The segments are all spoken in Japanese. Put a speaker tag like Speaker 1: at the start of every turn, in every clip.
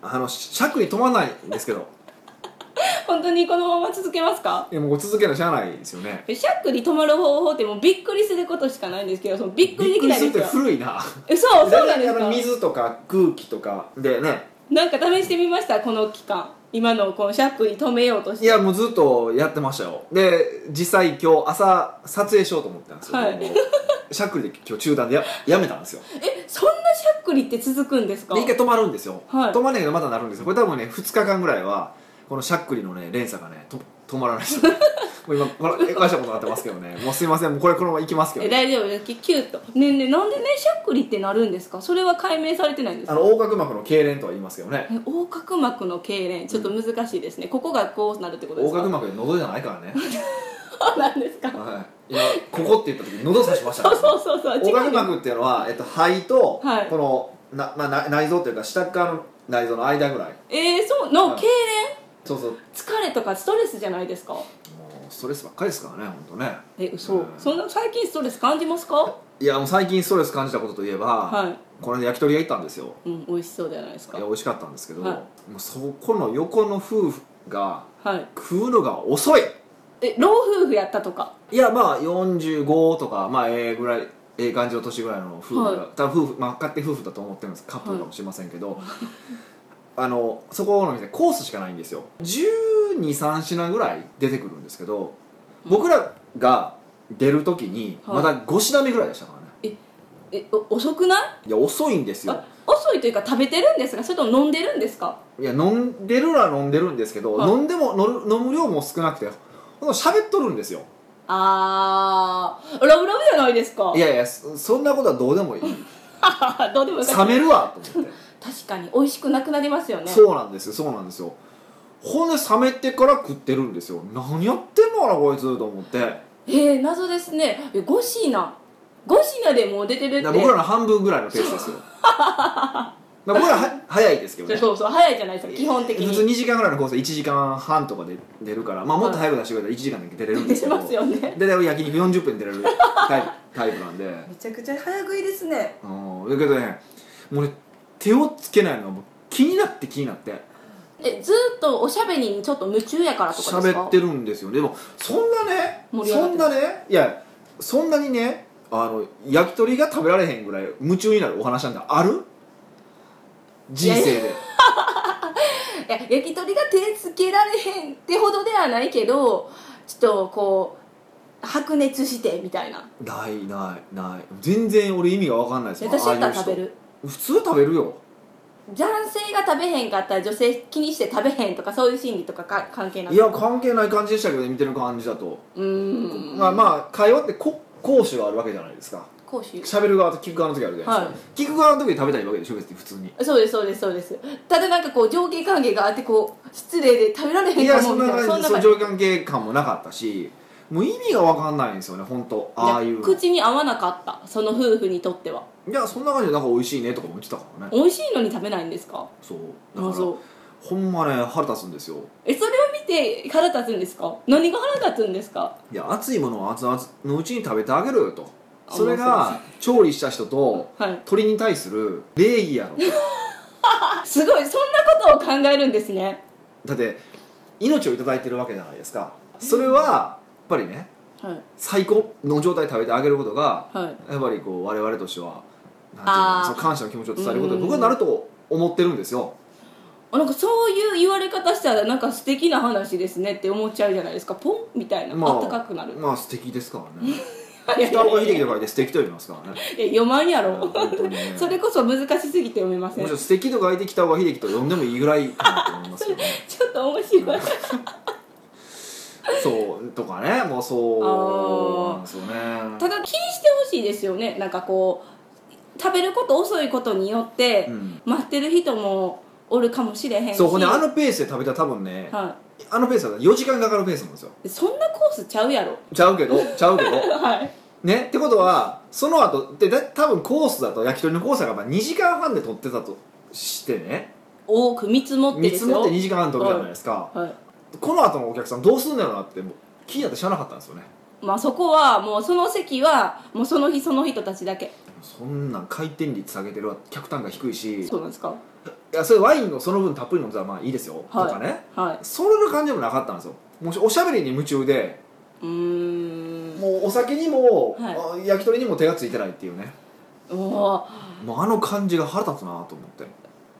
Speaker 1: あの尺に富まないんですけど
Speaker 2: 本当にこのまま続けますか
Speaker 1: いやもう続けないしゃあないですよね
Speaker 2: シャックに止まる方法ってもうびっくりすることしかないんですけどそのびっくりできない
Speaker 1: び
Speaker 2: ん
Speaker 1: っく
Speaker 2: で
Speaker 1: り
Speaker 2: す
Speaker 1: す
Speaker 2: よ
Speaker 1: るって古いな
Speaker 2: え そうそうなん
Speaker 1: 大体 あの
Speaker 2: ですか
Speaker 1: 水とか空気とかでね
Speaker 2: なんか試してみましたこの期間今のこのシャックに止めようとし
Speaker 1: い
Speaker 2: て
Speaker 1: やもうずっとやってましたよで実際今日朝撮影しようと思ってたんですよ、
Speaker 2: はい
Speaker 1: もうしゃっくりで今日中断でややめたんです よ
Speaker 2: えそんなシャックにって続くんですか
Speaker 1: で一回止まるんですよ、
Speaker 2: はい
Speaker 1: 止まんねんけどまたなるんですよこれ多分ね2日間ぐらいはこのしゃっくりのね連鎖がねと止まらないです よもう今これえかしたことになってますけどねもうすいませんもうこれこのまま行きますけ
Speaker 2: え
Speaker 1: ど
Speaker 2: 大丈夫ですキュッとねえねえなんでねしゃっくりってなるんですかそれは解明されてないんです
Speaker 1: あ
Speaker 2: か
Speaker 1: の横隔膜の痙攣とは言いますけどね
Speaker 2: え横隔膜の痙攣ちょっと難しいですね、ここがこうなるってことで
Speaker 1: 横
Speaker 2: すか
Speaker 1: 隔膜で喉じゃないからね、
Speaker 2: そうなんですか、
Speaker 1: はい、今ここって言った時喉刺しました
Speaker 2: そうそうそうそう
Speaker 1: 横
Speaker 2: 違う
Speaker 1: 隔膜っていうのは、えっと、肺と、
Speaker 2: はい
Speaker 1: このな、まあ、な内臓というか下側の内臓の間ぐらい
Speaker 2: えー、そうの
Speaker 1: はい
Speaker 2: 痙攣
Speaker 1: そうそうも
Speaker 2: 疲れとかストレスじゃないですか
Speaker 1: うストレスばっかりですからね本当ね
Speaker 2: え嘘、
Speaker 1: うん
Speaker 2: そんな最近ストレス感じますか
Speaker 1: いやもう最近ストレス感じたことといえば、
Speaker 2: は
Speaker 1: この間焼き鳥屋行ったんですよ
Speaker 2: い、うん、美味しそうじゃないです
Speaker 1: い
Speaker 2: か
Speaker 1: や美味しかったんですけど、
Speaker 2: はい
Speaker 1: もうそこの横の夫婦が
Speaker 2: はい
Speaker 1: 食うのが遅い
Speaker 2: え老夫婦やったとか
Speaker 1: いやまあ45とかまあええぐらいええ感じの年ぐらいの夫婦が、
Speaker 2: はい
Speaker 1: 多分夫婦まあ勝手に夫婦だと思ってるんですカップルかもしれませんけど、あのそこの店コースしかないんですよ1 2 3品ぐらい出てくるんですけど僕らが出る時に
Speaker 2: はい
Speaker 1: まだ5品目ぐらいでしたからね、
Speaker 2: えお遅くない
Speaker 1: い、や遅いんですよ
Speaker 2: あ遅いというか食べてるんですかそれとも飲んでるんですか
Speaker 1: いや飲んでるのは飲んでるんですけど、
Speaker 2: はい
Speaker 1: 飲んでも飲む飲む量も少なくてほんと喋っとるんですよ
Speaker 2: あーラブラブじゃないですか
Speaker 1: いやいやそそんなことはどうでもいい
Speaker 2: どうでもよか
Speaker 1: 冷
Speaker 2: った
Speaker 1: めるわと思って
Speaker 2: 確かに美味しくなくなりますよね
Speaker 1: そうなんですよそうなんですよほんで冷めてから食ってるんですよ何やってんのかなこいつと思って
Speaker 2: えー、謎ですねえ5品5品でもう出てるって
Speaker 1: だから僕らの半分ぐらいのペース ですよまあ僕らは早いですけどね
Speaker 2: そうそう早いじゃないですか基本的
Speaker 1: 普通
Speaker 2: に
Speaker 1: 2時間ぐらいのコース1時間半とかで出るから、まあ、もっと早く出してくれたら1時間で出れるんです
Speaker 2: 出
Speaker 1: け
Speaker 2: て
Speaker 1: ど
Speaker 2: ますよね
Speaker 1: ででも焼肉40分出れるタイプタイプなんで
Speaker 2: めちゃくちゃ早食いですね
Speaker 1: うんだけどねもうね手をつけないのがもう気になって気になって
Speaker 2: えずーっとおしゃべりにちょっと夢中やからとかですか
Speaker 1: 喋ってるんですよでもそんなね
Speaker 2: 盛り上が
Speaker 1: そ
Speaker 2: って
Speaker 1: ん
Speaker 2: る
Speaker 1: なねいやそんなにねあの焼き鳥が食べられへんぐらい夢中になるお話なんてある人生で
Speaker 2: いや焼き鳥が手つけられへんってほどではないけどちょっとこう白熱してみたいな
Speaker 1: ないないない全然俺意味が分かんないですもん
Speaker 2: 私やった
Speaker 1: ああいう
Speaker 2: ら食
Speaker 1: 人
Speaker 2: べる
Speaker 1: 普通食べるよ
Speaker 2: 男性が食べへんかったら女性気にして食べへんとかそういう心理とかか関係ない
Speaker 1: いや関係ない感じでしたけどね見てる感じだと、
Speaker 2: うーん
Speaker 1: まあまあ会話ってこ講師はあるわけじゃないですか
Speaker 2: 講師
Speaker 1: 喋る側と聞く側の時あるじゃないですか、聞く側の時に食べたいわけでしょ別に普通に
Speaker 2: そうですそうですそうですただなんかこう上下関係があってこう失礼で食べられへ
Speaker 1: い
Speaker 2: んか
Speaker 1: や
Speaker 2: も
Speaker 1: そん
Speaker 2: みたい
Speaker 1: な
Speaker 2: なそん
Speaker 1: そ
Speaker 2: な
Speaker 1: う
Speaker 2: 感じ
Speaker 1: 上下関係感もなかったしもう意味が分かんないんですよね本当ああいうの
Speaker 2: 口に合わなかったその夫婦にとってはい
Speaker 1: やそんな感じでなんか美味しいねとかも言ってたからね
Speaker 2: 美味しいのに食べないんですか
Speaker 1: そう
Speaker 2: あ
Speaker 1: だから
Speaker 2: そう
Speaker 1: ほんまね腹立つんですよ
Speaker 2: えそれを見て腹立つんですか何が腹立つんですか
Speaker 1: いや熱いものを熱々のうちに食べてあげろよと
Speaker 2: あ
Speaker 1: それ
Speaker 2: まあ
Speaker 1: が調理した人と
Speaker 2: はい
Speaker 1: 鳥に対する礼儀やろ
Speaker 2: すごいそんなことを考えるんですね
Speaker 1: だって命を頂いただいてるわけじゃないですかそれはやっぱりね
Speaker 2: はい
Speaker 1: 最高の状態で食べてあげることが
Speaker 2: はい
Speaker 1: やっぱりこう我々としてはなんていう
Speaker 2: あー
Speaker 1: のその感謝の気持ちを伝えること
Speaker 2: うん
Speaker 1: に僕はなると思ってるんですよ
Speaker 2: あなんかそういう言われ方したらなんか素敵な話ですねって思っちゃうじゃないですかポンみたいな、
Speaker 1: まあ
Speaker 2: あったかくなる
Speaker 1: まあ素敵ですから ね
Speaker 2: いやい
Speaker 1: 北岡秀樹
Speaker 2: や
Speaker 1: と書いて素敵と呼びますからね
Speaker 2: 読まんやろ、
Speaker 1: 本当にね
Speaker 2: それこそ難しすぎて読めません
Speaker 1: もち
Speaker 2: ち
Speaker 1: ろ
Speaker 2: ょ
Speaker 1: ん素敵と書いて北岡秀樹と呼んでもいいぐらいかなと思いますけど ね
Speaker 2: っと面白い
Speaker 1: そうとかねもうそうなんですよ
Speaker 2: た
Speaker 1: ね
Speaker 2: だ気にしてほしいですよねなんかこう食べること遅いことによって、
Speaker 1: うん
Speaker 2: 待ってる人もおるかもしれへんし
Speaker 1: そうほんであのペースで食べたら多分ね
Speaker 2: は
Speaker 1: あのペースだ4時間かかるペースなんですよ
Speaker 2: い、そんなコースちゃうやろ
Speaker 1: ちゃうけどちゃうけど
Speaker 2: はい
Speaker 1: ねってことはその後でだ多分コースだと焼き鳥のコースがまあ2時間半で取ってたとしてね
Speaker 2: 多く見積もって
Speaker 1: 見
Speaker 2: です
Speaker 1: 積も
Speaker 2: よ
Speaker 1: って2時間半取るじゃないですか、
Speaker 2: はい
Speaker 1: この後のお客さんどうすんだろうなってもう気になって知らなかったんですよね
Speaker 2: まあそこはもうその席はもうその日その人たちだけ
Speaker 1: そんなん回転率下げてるわ客単価低いし
Speaker 2: そうなんですか
Speaker 1: いやそれワインをその分たっぷり飲んだらまあいいですよ、
Speaker 2: はい
Speaker 1: とかね
Speaker 2: はい
Speaker 1: それの感じもなかったんですよもしおしゃべりに夢中で
Speaker 2: うーん
Speaker 1: もうお酒にも、
Speaker 2: は
Speaker 1: あ焼き鳥にも手がついてないっていうね
Speaker 2: も
Speaker 1: もうあの感じが腹立つなと思って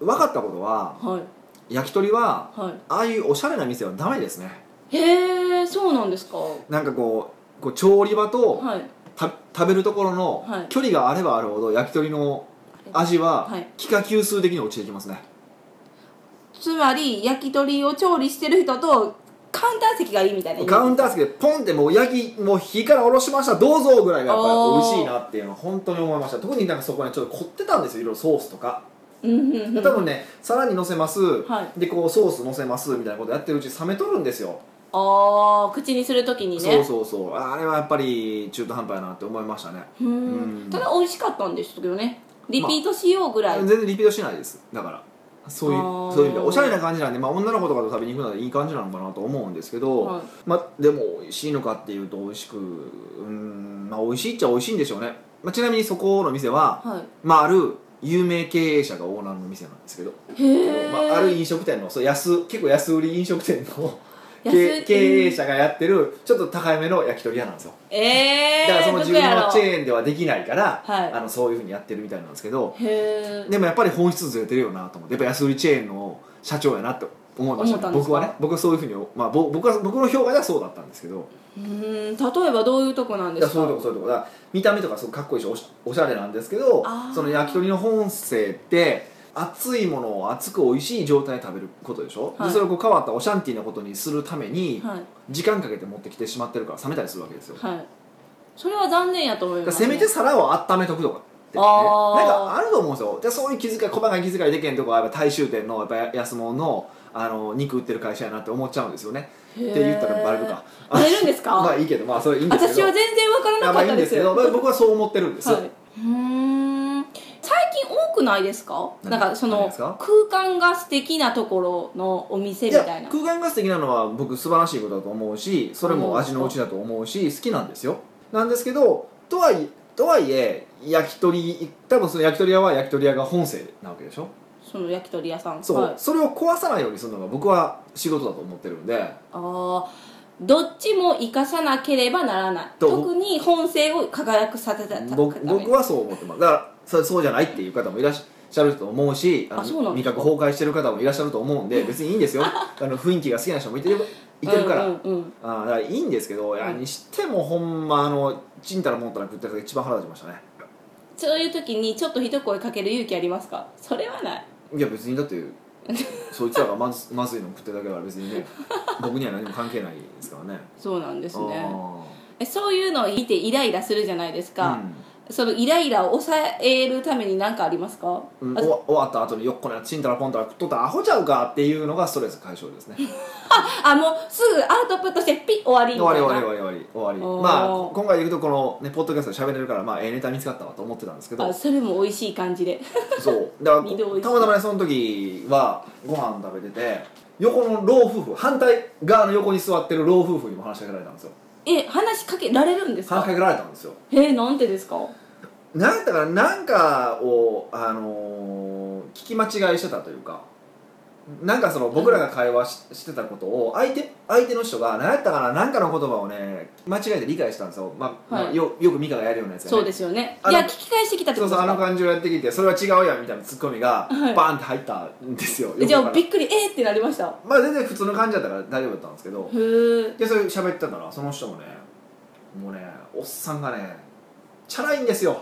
Speaker 1: 分かったことは
Speaker 2: うはい
Speaker 1: 焼き鳥は
Speaker 2: は
Speaker 1: ああいうおしゃれな店はダメですね
Speaker 2: いへえそうなんですかは
Speaker 1: なんかこうこう調理場と
Speaker 2: い
Speaker 1: た食べるところ
Speaker 2: はい
Speaker 1: の距離があればあるほど焼き鳥の味は
Speaker 2: はい
Speaker 1: 気化吸数的に落ちてきますね
Speaker 2: つまり焼き鳥を調理してる人とカウンター席がいいみたいな
Speaker 1: カウンター席でポンってもう焼きもう火から下ろしましたどうぞぐらいがやっぱり
Speaker 2: おー
Speaker 1: 美味しいなっていうのは本当に思いました特になんかそこにちょっと凝ってたんですよいろいろソースとか、
Speaker 2: うんうん、う
Speaker 1: で
Speaker 2: ん、
Speaker 1: 多分ね皿にのせます、
Speaker 2: は
Speaker 1: でこうソースのせますみたいなことやってるうち冷めとるんですよ、
Speaker 2: ああ口にするときにね
Speaker 1: そうそうそうあれはやっぱり中途半端やなって思いましたね
Speaker 2: うー
Speaker 1: うんん
Speaker 2: ただ美味しかったんですけどねリピートしようぐらい、
Speaker 1: 全然リピートしないですだからそういう
Speaker 2: あー
Speaker 1: そういう意味でおしゃれな感じなんで、まあ、女の子とかと食べに行くのはいい感じなのかなと思うんですけど、
Speaker 2: はい
Speaker 1: まあ、でも美味しいのかっていうと美味しくうんまあ美味しいっちゃ美味しいんでしょうね、まあ、ちなみにそこの店は、
Speaker 2: は
Speaker 1: まあ、ある有名経営者がオーナーの店なんですけど、
Speaker 2: い、へえ、
Speaker 1: まあ、ある飲食店のそう安結構安売り飲食店の
Speaker 2: 安
Speaker 1: 経
Speaker 2: い
Speaker 1: 経営者がやってるちょっと高めの焼き鳥屋なんですよ
Speaker 2: ええー、
Speaker 1: だからその自分
Speaker 2: どこやろ
Speaker 1: の
Speaker 2: う
Speaker 1: チェーンではできないから、
Speaker 2: はい
Speaker 1: あのそういうふうにやってるみたいなんですけど
Speaker 2: へえ
Speaker 1: でもやっぱり本質ずれてるよなと思ってやっぱ安売りチェーンの社長やなと思いまし
Speaker 2: 思った
Speaker 1: た
Speaker 2: ん
Speaker 1: ね
Speaker 2: です
Speaker 1: 僕
Speaker 2: か
Speaker 1: はね僕はそういうふうに、まあ、ぼ僕は僕の評価ではそうだったんですけど
Speaker 2: うーん例えばどういうとこなん
Speaker 1: い
Speaker 2: です
Speaker 1: や
Speaker 2: か
Speaker 1: そういうとこそういうとこだから見た目とかすごくかっこいいしおしおしゃれなんですけど
Speaker 2: あー
Speaker 1: その焼き鳥の本性って熱いものを熱く美味しい状態で食べることでしょ、
Speaker 2: はい
Speaker 1: でそれをこう変わったオシャンティーなことにするために
Speaker 2: はい
Speaker 1: 時間かけて持ってきてしまってるから冷めたりするわけですよ、
Speaker 2: はいそれは残念やと思い
Speaker 1: だから
Speaker 2: ます、
Speaker 1: せ
Speaker 2: ね、
Speaker 1: めて皿を温めとくとかって、ね、
Speaker 2: あー
Speaker 1: なんかあると思うんですよでそういう気遣い細かい気遣いでけんとこはやっぱ大衆店のやっぱ安物のあの肉売ってる会社やなって思っちゃうんですよね
Speaker 2: へー
Speaker 1: って言ったらバレるか
Speaker 2: バレるんですか
Speaker 1: まあいいけどまあそれいいんですけど
Speaker 2: 私は全然わから
Speaker 1: あ
Speaker 2: な
Speaker 1: ま
Speaker 2: か
Speaker 1: あ
Speaker 2: っ
Speaker 1: いい
Speaker 2: た
Speaker 1: ん
Speaker 2: で
Speaker 1: ですすけど、
Speaker 2: よ、
Speaker 1: まあ僕はそう思ってるんです、
Speaker 2: はいうーん最近多くないですか
Speaker 1: 何
Speaker 2: なんかそ
Speaker 1: 何
Speaker 2: の
Speaker 1: ですか
Speaker 2: 空間が素敵なところのお店み
Speaker 1: や
Speaker 2: たいな
Speaker 1: 空間が素敵なのは僕素晴らしいことだと思うしそれも味のうちだと思うし好きなんですよなんですけどとはいえとはいえ焼き鳥多分その焼き鳥屋は焼き鳥屋が本性なわけでしょ
Speaker 2: その焼き鳥屋さん
Speaker 1: そう、
Speaker 2: はい、
Speaker 1: それを壊さないようにするのが僕は仕事だと思ってるんで
Speaker 2: あーどっちも生かさなければならない
Speaker 1: と
Speaker 2: 特に本性を輝くさせたた
Speaker 1: 僕僕
Speaker 2: は
Speaker 1: はそう思ってますだからそそうじゃないっていう方もいらっしゃると思うし
Speaker 2: あそうなんで
Speaker 1: 味
Speaker 2: すか
Speaker 1: 覚崩壊してる方もいらっしゃると思うんで別にいいん ですよあの雰囲気が好きな人もいてるいてるから、
Speaker 2: うんうんうん、
Speaker 1: あーだからいいんですけどいや
Speaker 2: うん
Speaker 1: にしてもほんまあのちんたらもんたら食ってるのが一番腹立ちましたね
Speaker 2: そういう時にちょっと一声かける勇気ありますかそれはない
Speaker 1: いや別に だってそいつらがまずまずいの食ってるだけだから別にね僕には何も関係ないですからね
Speaker 2: そうなんですね
Speaker 1: あ
Speaker 2: えそういうのを見てイライラするじゃないです
Speaker 1: ー
Speaker 2: か、そのイライラを抑えるために何かありますか、
Speaker 1: うんうん、
Speaker 2: あ
Speaker 1: 終わ終わった後によっこなちんたらぽんたら食っとったらアホちゃうかっていうのがストレス解消ですね
Speaker 2: あもうすぐアウトプットしてピッ終わり み
Speaker 1: 終
Speaker 2: たい
Speaker 1: わ
Speaker 2: な
Speaker 1: り終わり終わり終わり終わりまあ
Speaker 2: おー
Speaker 1: こ今回でいくとこの、ね、ポッドキャストで喋れるからまあええネタ見つかったわと思ってたんですけど
Speaker 2: あそれも美味しい感じで
Speaker 1: そう だから
Speaker 2: 二度美味しい
Speaker 1: たまたまねその時はご飯食べてて横の老夫婦反対側の横に座ってる老夫婦にも話しかけられたんですよ
Speaker 2: え話しかけられるんです
Speaker 1: 話し
Speaker 2: か
Speaker 1: かけられたんですよ
Speaker 2: えなんてですか
Speaker 1: なんやったかななんかを、あのー聞き間違いしてたというかなんかその僕らが会話ししてたことを相手相手の人が何やったかななんかの言葉をね間違えて理解したんですよ、まあ
Speaker 2: はい
Speaker 1: まあよよく美香がやるようなやつがね
Speaker 2: そうですよね
Speaker 1: あの
Speaker 2: いや聞き返してきたって
Speaker 1: そ
Speaker 2: こ
Speaker 1: う
Speaker 2: と
Speaker 1: そ
Speaker 2: で
Speaker 1: う
Speaker 2: す
Speaker 1: あの
Speaker 2: か
Speaker 1: 感じをやってきてそれは違うやんみたいなツッコミが
Speaker 2: はい
Speaker 1: バーンって入ったんですよ、
Speaker 2: えじゃ
Speaker 1: 横
Speaker 2: あ
Speaker 1: から
Speaker 2: びっくりえーってなりました
Speaker 1: まあ全然普通の感じだったから大丈夫だったんですけど
Speaker 2: へえ
Speaker 1: でそれ喋ってたらその人もねもうねおっさんがねチャラいんですよ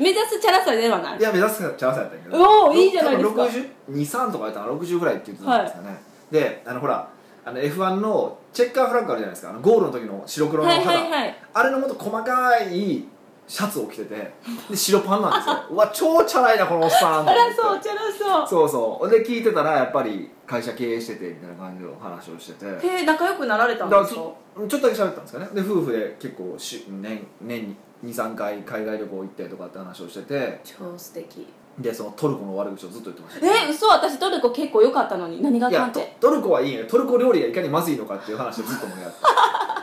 Speaker 2: 目指すチャラさではない
Speaker 1: いや目指すチャラさやったんやけど
Speaker 2: おーいいじゃないですか
Speaker 1: 623とかやったら60ぐらいって言ってたんですかね、であのほらあの F1 のチェッカーフラッグあるじゃないですかあのゴールの時の白黒の
Speaker 2: は
Speaker 1: 肌、
Speaker 2: いはいはい
Speaker 1: あれのもっと細かいシャツを着ててで白パンなんです ようわ超チャラいなこのおっさん
Speaker 2: チャラそうチャラそ
Speaker 1: そうそうで聞いてたらやっぱり会社経営しててみたいな感じの話をしてて
Speaker 2: うへえ仲良くなられた
Speaker 1: だ
Speaker 2: ん
Speaker 1: か
Speaker 2: で
Speaker 1: ら
Speaker 2: す
Speaker 1: ち
Speaker 2: か
Speaker 1: ょちょっとだけ喋ったんですかねで夫婦で結構し年年に23回海外旅行行ってとかって話をしてて
Speaker 2: 超素敵
Speaker 1: でそのトルコの悪口をずっと言ってました
Speaker 2: え嘘私トルコ結構良かったのに何があ
Speaker 1: い
Speaker 2: かん
Speaker 1: や
Speaker 2: っ
Speaker 1: ト
Speaker 2: て
Speaker 1: トルコはいいねトルコ料理がいかにまずいのかっていう話をずっと盛り上がった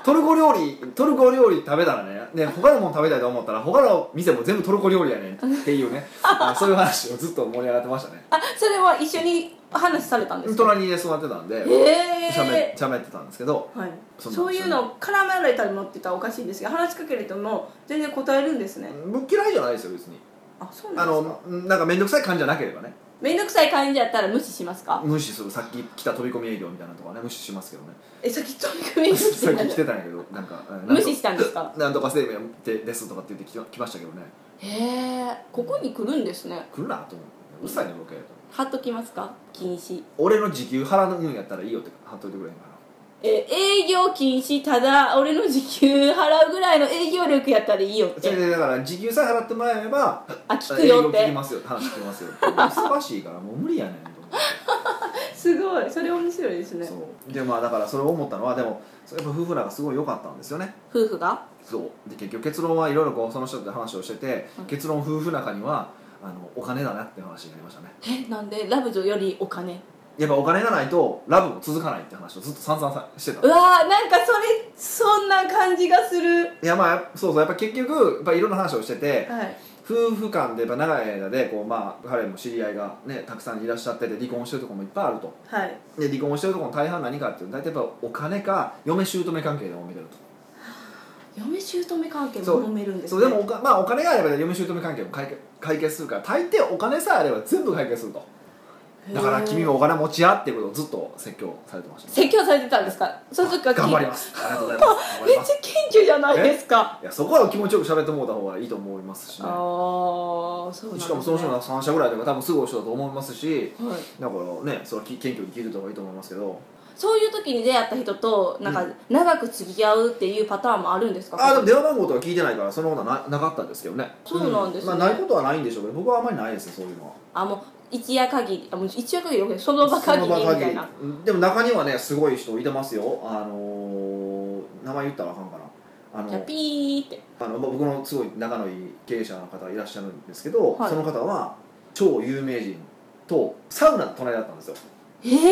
Speaker 1: トルコ料理トルコ料理食べたらねね他のもの食べたいと思ったら他の店も全部トルコ料理やねんっていう ねあそういう話をずっと盛り上がってましたね
Speaker 2: あそれは一緒に話されたんですか
Speaker 1: 隣で座ってたんで
Speaker 2: え
Speaker 1: しゃべ
Speaker 2: え
Speaker 1: しゃべってたんですけど
Speaker 2: はい、
Speaker 1: そ
Speaker 2: そ
Speaker 1: んな
Speaker 2: ういうの絡められたりもって言ったらおかしいんですけど話しかけるとも全然答えるんですね
Speaker 1: 僕嫌いじゃないですよ別に
Speaker 2: あそうな
Speaker 1: あ
Speaker 2: んですか
Speaker 1: のなんか面倒くさい感じじゃなければね
Speaker 2: 面倒くさい感じやったら無視しますか
Speaker 1: 無視するさっき来た飛び込み営業みたいなのとかね無視しますけどね
Speaker 2: えさっき飛び込みに
Speaker 1: さっき
Speaker 2: 来
Speaker 1: 来
Speaker 2: て
Speaker 1: てたんやけどなんかうん
Speaker 2: 無視したんですか
Speaker 1: なんとか生命でですとかって言ってきて来ましたけどね
Speaker 2: へえここに来るんですね
Speaker 1: 来るなと思ううるさいねボケ
Speaker 2: 貼っときますか禁止
Speaker 1: 俺の時給払うんやったらいいよって貼っといてくれへんかな
Speaker 2: え営業禁止ただ俺の時給払うぐらいの営業力やったらいいよっ
Speaker 1: それ
Speaker 2: て
Speaker 1: でだから時給さえ払ってもらえれば
Speaker 2: あ聞くよっ
Speaker 1: 聞き
Speaker 2: て
Speaker 1: ますよ話聞きますよって忙しいからもう無理やねんと思って
Speaker 2: すごいそれ面白いですね
Speaker 1: そうでまあだからそれを思ったのはでもやっぱ夫婦仲すごい良かったんですよね
Speaker 2: 夫婦が
Speaker 1: そうで結局結論はいろいろこうその人と話をしてて、
Speaker 2: うん
Speaker 1: 結論夫婦仲にはあのお金だなって話になりましたね
Speaker 2: えなんでラブジョよりお金
Speaker 1: やっぱお金がないとラブも続かないって話をずっと散々さしてた
Speaker 2: うわーなんかそれそんな感じがする
Speaker 1: いやまあそうそうやっぱ結局やっぱいろんな話をしてて
Speaker 2: はい
Speaker 1: 夫婦間でやっぱ長い間でこうまあ彼も知り合いがねたくさんいらっしゃってて離婚してるとこもいっぱいあると
Speaker 2: はい
Speaker 1: で離婚してるとこの大半何かっていうと大体やっぱお金か嫁姑関係でもめてると
Speaker 2: 嫁姑関係も
Speaker 1: そう
Speaker 2: 揉めるんです、ね、
Speaker 1: そうでもおか、まあ、お金があれば嫁姑関係も解決解決するから大抵お金さえあれば全部解決すると
Speaker 2: へー
Speaker 1: だから君もお金持ちやっていうことをずっと説教されてました
Speaker 2: 説教されてたんですかその時から
Speaker 1: 頑張り
Speaker 2: す
Speaker 1: ますありがとうございます頑張 り
Speaker 2: めっちゃ
Speaker 1: ます
Speaker 2: 謙虚じゃないですか
Speaker 1: いやそこは気持ちよく喋ってもうた方がいいと思いますし
Speaker 2: あ
Speaker 1: ね
Speaker 2: あそうなんです、ね、
Speaker 1: しかもその人が3社ぐらいとか多分すごい人だと思いますし
Speaker 2: はい
Speaker 1: だからねそれはき謙虚に聞いてた方がいいと思いますけど
Speaker 2: そういう時に出会った人となんか長く付き合うっていうパターンもあるんですか、
Speaker 1: あでも電話番号とか聞いてないからそんなことはななかったんですけどね
Speaker 2: そうなんですね
Speaker 1: まあ、ないことはないんでしょうけど僕はあんまりないですねそういうのは
Speaker 2: あもう一夜限りあもう一夜限りよくないその場限りみ
Speaker 1: その場
Speaker 2: た
Speaker 1: 限
Speaker 2: い
Speaker 1: り
Speaker 2: な
Speaker 1: でも中にはねすごい人いてますよあのー名前言ったらあかんかなあ
Speaker 2: じゃあ
Speaker 1: の
Speaker 2: ピーって
Speaker 1: あの僕のすごい仲のいい経営者の方いらっしゃるんですけど、
Speaker 2: はい
Speaker 1: その方は超有名人とサウナの隣だったんですよ
Speaker 2: えー、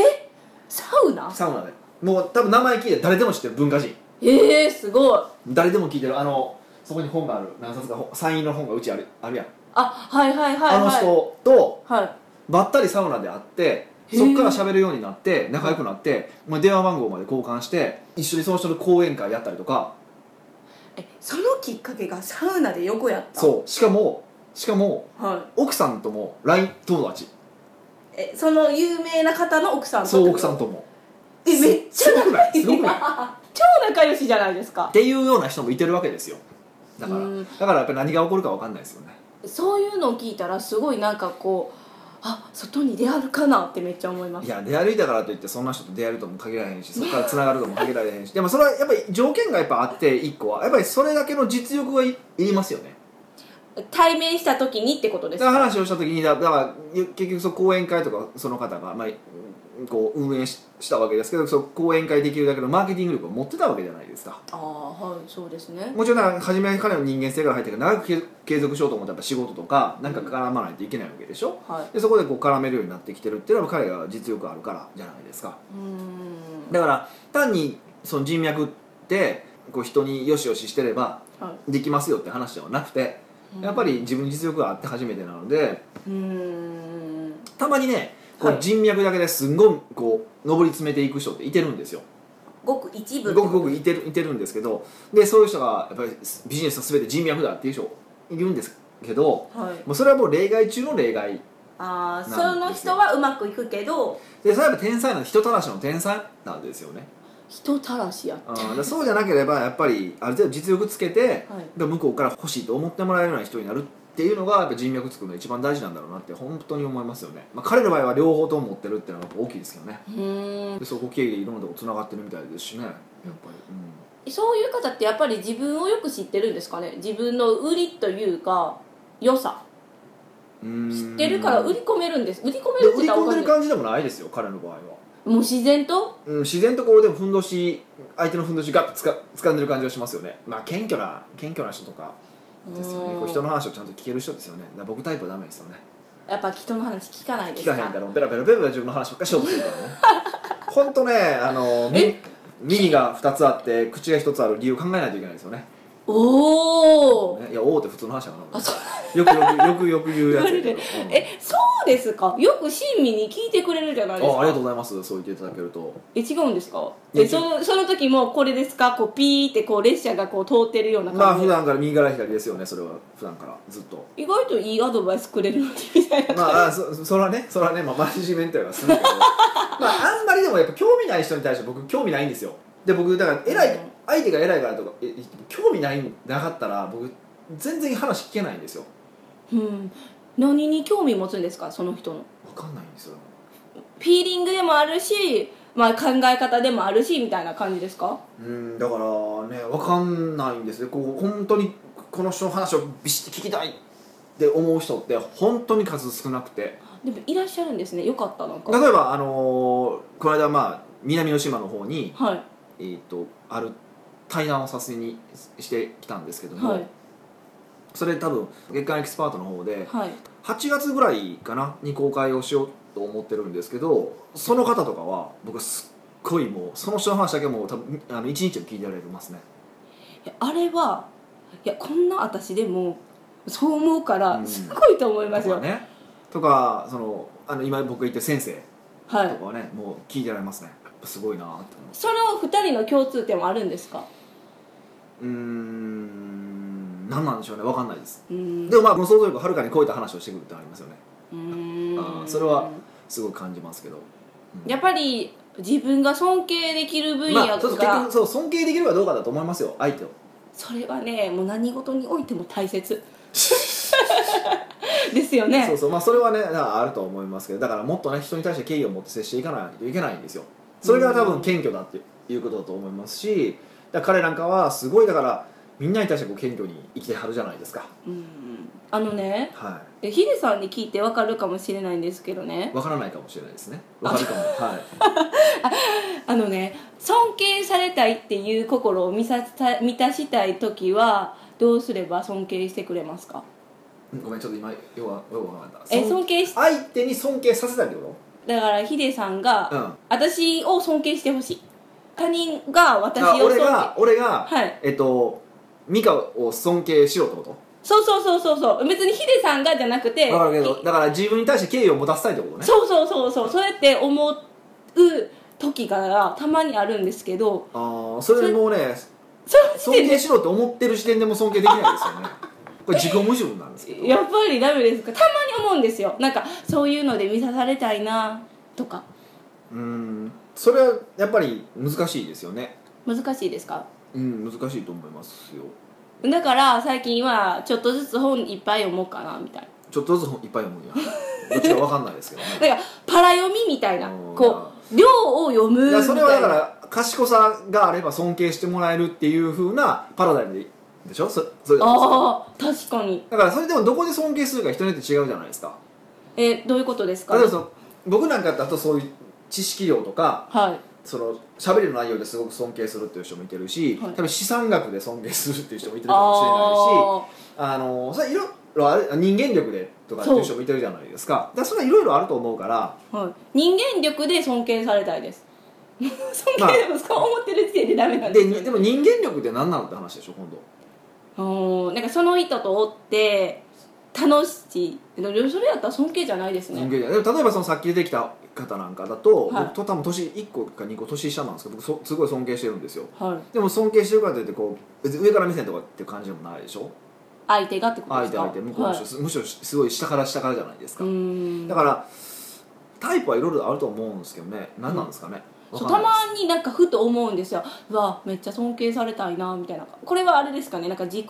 Speaker 2: サウナ
Speaker 1: サウナでもう多分名前聞いて誰でも知ってる文化人
Speaker 2: えー、すごい
Speaker 1: 誰でも聞いてるあのそこに本がある何冊か本サイン入りの本がうちあるあるやん、
Speaker 2: あはいはいはいはい
Speaker 1: あの人と
Speaker 2: は
Speaker 1: ばったりサウナで会って
Speaker 2: へー
Speaker 1: そっから喋るようになって仲良くなって、まあ、電話番号まで交換して一緒にその人の講演会やったりとか
Speaker 2: いえそのきっかけがサウナで横やった
Speaker 1: そうしかもしかも
Speaker 2: うはい
Speaker 1: 奥さんとも LINE 友達
Speaker 2: えその有名な方の奥さんと
Speaker 1: そう奥さんとも
Speaker 2: えめっちゃ
Speaker 1: すごくないすごくない
Speaker 2: 超仲良しじゃないですか
Speaker 1: っていうような人もいてるわけですよだから
Speaker 2: うん
Speaker 1: だからやっぱり何が起こるか分かんないですよね
Speaker 2: そういうのを聞いたらすごいなんかこうあ外に出歩かなってめっちゃ思いま
Speaker 1: い
Speaker 2: す
Speaker 1: や出歩いたからといってそんな人と出会えるとも限らへんしそこからつながるとも限られへんしでもそれはやっぱり条件がやっぱあって一個はやっぱりそれだけの実力がいいりますよね
Speaker 2: 対面した時にってことです
Speaker 1: だから
Speaker 2: か
Speaker 1: 話をした時にだだからゆ結局その講演会とかその方が、まあ、うんこう運営ししたわけですけどその講演会できるだけのマーケティング力を持ってたわけじゃないですか
Speaker 2: ああはいそうですね
Speaker 1: もちろんなんか初め彼の人間性から入ってるから長く継継続しようと思ったらやっぱ仕事とかなんか絡まないといけないわけでしょ
Speaker 2: はい
Speaker 1: でそこでこう絡めるようになってきてるっていうのは彼が実力があるからじゃないですか
Speaker 2: うーん
Speaker 1: だから単にその人脈ってこう人によしよししてれば
Speaker 2: は
Speaker 1: できますよって話ではなくて
Speaker 2: い
Speaker 1: やっぱり自分に実力があって初めてなので
Speaker 2: うーん
Speaker 1: たまにねこ
Speaker 2: は
Speaker 1: う
Speaker 2: い
Speaker 1: 人脈だけですんごいこう上り詰めていく人っていてるんですよ
Speaker 2: ごく一部
Speaker 1: ごくごくいてるいてるんですけどでそういう人がやっぱりビジネスは全て人脈だっていう人いるんですけど
Speaker 2: はい
Speaker 1: もうそれはもう例外中の例外
Speaker 2: ああそ
Speaker 1: なん
Speaker 2: の
Speaker 1: ですよ
Speaker 2: 人はうまくいくけど
Speaker 1: でそれはやっぱ天才なの人たらしの天才なんですよね
Speaker 2: 人たらしや
Speaker 1: あーでそうじゃなければやっぱりある程度実力つけて、
Speaker 2: はい
Speaker 1: で向こうから欲しいと思ってもらえるような人になるっていうのがやっぱ人脈つくのが一番大事なんだろうなって本当に思いますよね、まあ、彼の場合は両方とも持ってるっていうのがやっぱ大きいですけどね
Speaker 2: うーん
Speaker 1: でそこ経由でいろんなとこつながってるみたいですしねやっぱり、うん
Speaker 2: そういう方ってやっぱり自分をよく知ってるんですかね自分の売りというか良さ知ってるから売り込めるんです売り込め
Speaker 1: で
Speaker 2: るっ
Speaker 1: 売
Speaker 2: て言っ
Speaker 1: り
Speaker 2: たら
Speaker 1: 込
Speaker 2: お
Speaker 1: んで
Speaker 2: かし
Speaker 1: る
Speaker 2: い
Speaker 1: 感じでもないですよ彼の場合は、
Speaker 2: もう自然と
Speaker 1: うん、自然とこうでもふんどし相手のふんどしガッとつか掴んでる感じがしますよねまあ謙虚な謙虚な人とかですよね
Speaker 2: うん
Speaker 1: こう人の話をちゃんと聞ける人ですよねだから僕タイプはダメですよね
Speaker 2: やっぱ人の話聞かないです
Speaker 1: 聞か
Speaker 2: か
Speaker 1: へんからベラベラベラベラ自分の話ばっかりしようとするからねほんとねあのみ
Speaker 2: え
Speaker 1: 耳が2つあって口が1つある理由考えないといけないですよね
Speaker 2: おお、
Speaker 1: ねいや「お」って普通の話やか
Speaker 2: あ
Speaker 1: な
Speaker 2: そう
Speaker 1: よくよくよくよく言うやつ やけどうん
Speaker 2: えそうですかよく親身に聞いてくれるじゃないですか
Speaker 1: あありがとうございますそう言っていただけると
Speaker 2: え違うんですか
Speaker 1: いや
Speaker 2: えそのその時もこれですかこうピーってこう列車がこう通ってるような
Speaker 1: まあ
Speaker 2: 感じ
Speaker 1: 普
Speaker 2: で、
Speaker 1: 段から右から左ですよねそれは普段からずっと
Speaker 2: 意外といいアドバイスくれるのにみたいな
Speaker 1: まああそそらねそらねまあマネジメントはするけどまああんまりでもやっぱ興味ない人に対して僕興味ないんですよで僕だから偉い、
Speaker 2: うん
Speaker 1: 相手が偉いからとかえ興味ないなかったら僕全然話聞けないんですよ
Speaker 2: うん何に興味持つんですかその人の
Speaker 1: 分かんないんですよ
Speaker 2: フィーリングでもあるし、まあ、考え方でもあるしみたいな感じですか
Speaker 1: うんだからね分かんないんですよこう本当にこの人の話をビシッて聞きたいって思う人って本当に数少なくて
Speaker 2: でもいらっしゃるんですねよかったなんか
Speaker 1: 例えばあのーこの間まあ南の島の方に
Speaker 2: はい
Speaker 1: えー、とある対談をさせにしてきたんですけども、
Speaker 2: はい
Speaker 1: それ多分月間エキスパートの方で
Speaker 2: はい
Speaker 1: 8月ぐらいかなに公開をしようと思ってるんですけどその方とかは僕すっごいもうその人の話だけもう多分あの1日でも聞いてられますね
Speaker 2: いやあれはいやこんな私でもそう思うか
Speaker 1: う
Speaker 2: ら
Speaker 1: ん
Speaker 2: すごいと思います
Speaker 1: と
Speaker 2: よ、
Speaker 1: かねとかそのあの今僕が言ってる先生
Speaker 2: は
Speaker 1: と
Speaker 2: い
Speaker 1: かはね、もう聞いてられますねやっぱすごいなって思います
Speaker 2: その2人の共通点はあるんですか
Speaker 1: うーん何なんでしょうね分かんないです
Speaker 2: うん
Speaker 1: でもまあもう想像力をはるかに超えた話をしてくるってありますよね
Speaker 2: うー
Speaker 1: あ
Speaker 2: ん
Speaker 1: それはすごい感じますけど、うん
Speaker 2: やっぱり自分が尊敬できる分野
Speaker 1: ま
Speaker 2: が、
Speaker 1: あ、そうそう結局そう尊敬できるかどうかだと思いますよ相手を
Speaker 2: それはねもう何事においても 大切ですよね
Speaker 1: そうそうまあそれはねなんかあると思いますけどだからもっとね人に対して敬意を持って接していかないといけないんですよそれが多
Speaker 2: う
Speaker 1: 分
Speaker 2: ん
Speaker 1: 謙虚だっていうことだと思いますしだから彼なんかはすごいだからみんなに対してこう謙虚に生きてはるじゃないですか
Speaker 2: うんあのね
Speaker 1: は
Speaker 2: えヒデさんに聞いてわかるかもしれないんですけどね
Speaker 1: いわからないかもしれないですねわかるかもはい
Speaker 2: あのね尊敬されたいっていう心を満たした満たしたい時はどうすれば尊敬してくれますか
Speaker 1: ごめんちょっと今要はよくわからなかった
Speaker 2: え
Speaker 1: 尊
Speaker 2: 尊敬し
Speaker 1: 相手に尊敬させたいってこ
Speaker 2: だからヒデさんが、
Speaker 1: とうん
Speaker 2: 私を尊敬してほしい他人が私を
Speaker 1: あ
Speaker 2: 尊
Speaker 1: 俺
Speaker 2: 敬
Speaker 1: が俺が
Speaker 2: はい
Speaker 1: えっと美香を尊敬しろってこと
Speaker 2: そうそうそうそうそう別にヒデさんがじゃなくて
Speaker 1: わかるけどだから自分に対して敬意を持たせたいってことね
Speaker 2: そうそうそうそうそうやって思う時がたまにあるんですけど
Speaker 1: ああそれもうね
Speaker 2: そうし
Speaker 1: 尊
Speaker 2: てね
Speaker 1: 敬しろって思ってる時点でも尊敬できないですよねこれ自己矛盾なんですけど
Speaker 2: やっぱりダメですかたまに思うんですよなんかそういうので見さされたいなとか
Speaker 1: うーんそれはやっぱり難しいですよね
Speaker 2: 難しいですか
Speaker 1: うん難しいと思いますよ
Speaker 2: だから最近はちょっとずつ本いっぱい読もうかなみたいな
Speaker 1: ちょっとずついっぱい読 むにはどっちか分かんないですけどね
Speaker 2: だからパラ読みみたいな
Speaker 1: うん
Speaker 2: こう量を読むみ
Speaker 1: い
Speaker 2: たい
Speaker 1: や
Speaker 2: な
Speaker 1: それはだから賢さがあれば尊敬してもらえるっていう風なパラダイムででしょそそれ
Speaker 2: ああ確かに
Speaker 1: だからそれでもどこで尊敬するか人によって違うじゃないですか
Speaker 2: えどういうことですか
Speaker 1: 例えばその僕なんかだとそういう知識量とか
Speaker 2: はい
Speaker 1: その喋りの内容ですごく尊敬するっていう人もいてるし、
Speaker 2: はい
Speaker 1: 多分資産額で尊敬するっていう人もいてるかも
Speaker 2: あ
Speaker 1: しれないしあのそれいろいろある人間力でとかっていう人もいてるじゃないですかだからそれはいろいろあると思う から
Speaker 2: あ、はい、人間力で尊敬されたいです 尊
Speaker 1: まあ
Speaker 2: 敬でもそう思ってる時点でダメなんで
Speaker 1: で
Speaker 2: すよね
Speaker 1: にでも人間力って何なのって話でしょ今度
Speaker 2: おーなんかその人とおって楽しいでもそれやったら尊敬じゃないです
Speaker 1: 人
Speaker 2: ね
Speaker 1: 間力でも例えばそのさっき出てきた方なんかだと、
Speaker 2: はい
Speaker 1: 僕と多分年1個か2個年下なんですけど僕そすごい尊敬してるんですよ
Speaker 2: はい
Speaker 1: でも尊敬してるからといってこう別に上から目線とかっていう感じでもないでしょ
Speaker 2: 相手がってことで
Speaker 1: 相
Speaker 2: す
Speaker 1: 手
Speaker 2: か
Speaker 1: 相手向こうの人、
Speaker 2: はい
Speaker 1: むしろすごい下から下からじゃないです
Speaker 2: う
Speaker 1: か、
Speaker 2: ーん
Speaker 1: だからタイプはいろいろあると思うんですけどね何なんですかね、わ
Speaker 2: そう
Speaker 1: か
Speaker 2: た
Speaker 1: ん
Speaker 2: ま
Speaker 1: ない
Speaker 2: になんかふと思うんですようわめっちゃ尊敬されたいなみたいなこれはあれですかねなんか自己う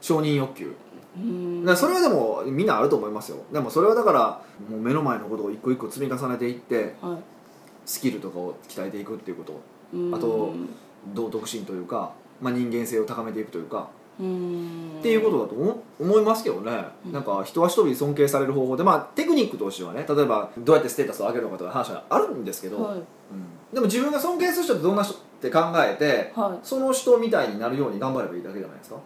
Speaker 1: 承認欲求
Speaker 2: ーん
Speaker 1: だからそれはでもみんなあると思いますよでもそれはだからもう目の前のことを一個一個積み重ねていって
Speaker 2: はい
Speaker 1: スキルとかを鍛えていくっていうこと
Speaker 2: うーん
Speaker 1: あと道徳心というか、まあ、人間性を高めていくというか、
Speaker 2: うーん
Speaker 1: っていうことだと思思いますけどね、
Speaker 2: うん
Speaker 1: なんか人は人々に尊敬される方法でまあテクニックとしてはね例えばどうやってステータスを上げるのかとか話はあるんですけど、
Speaker 2: はい
Speaker 1: うんでも自分が尊敬する人ってどんな人って考えて
Speaker 2: はい
Speaker 1: その人みたいになるように頑張ればいいだけじゃないですか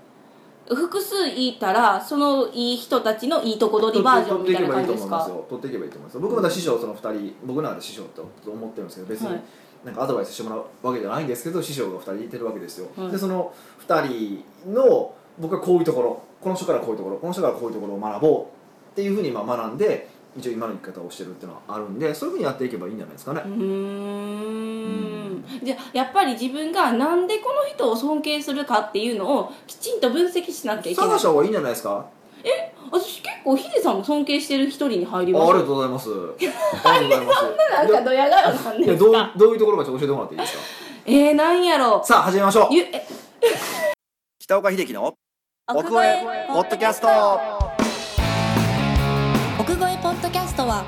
Speaker 2: 複数いたらそのいい人たちのいいとこ取りバージョンみたいな感じですか
Speaker 1: 取っていけばいいと思いますよ取っていけばいいと思います僕もだから師匠その2人僕の中で師匠と思ってるんですけど別に
Speaker 2: はい
Speaker 1: なんかアドバイスしてもらうわけじゃないんですけど師匠が2人いてるわけですよ、
Speaker 2: はい
Speaker 1: でその2人の僕はこういうところこの人からこういうところこの人からこういうところを学ぼうっていうふうにまあ学んで一応今の生き方をしてるっていうのはあるんでそういうふうにやっていけばいいんじゃないですかね
Speaker 2: う、ーんじゃあやっぱり自分がなんでこの人を尊敬するかっていうのをきちんと分析しなきゃいけない
Speaker 1: 探した方がいいんじゃないですか
Speaker 2: 私結構ヒデさんも尊敬してる一人に入り
Speaker 1: あ
Speaker 2: ま
Speaker 1: あり
Speaker 2: した
Speaker 1: がとうござい ますありがとうございます
Speaker 2: なんかドヤ顔なん
Speaker 1: いや
Speaker 2: です
Speaker 1: どう
Speaker 2: か
Speaker 1: どういうところかちょっと教えてもらっていいですか
Speaker 2: えー、なんやろ
Speaker 1: さあ始めましょう
Speaker 2: ゆえ
Speaker 1: 北岡秀樹の
Speaker 2: 奥越え
Speaker 1: ポッドキャスト
Speaker 2: 奥越えポッドキャストは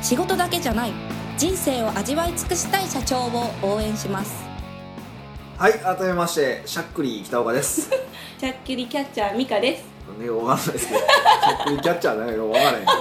Speaker 2: 仕事だけじゃない人生を味わい尽くしたい社長を応援します
Speaker 1: はい改めましてしゃっくり北岡です
Speaker 2: チャッキリキャッチャーミカです
Speaker 1: なんでかわかんないですけどしゃっくりキャッチャーなんかよくわからないけど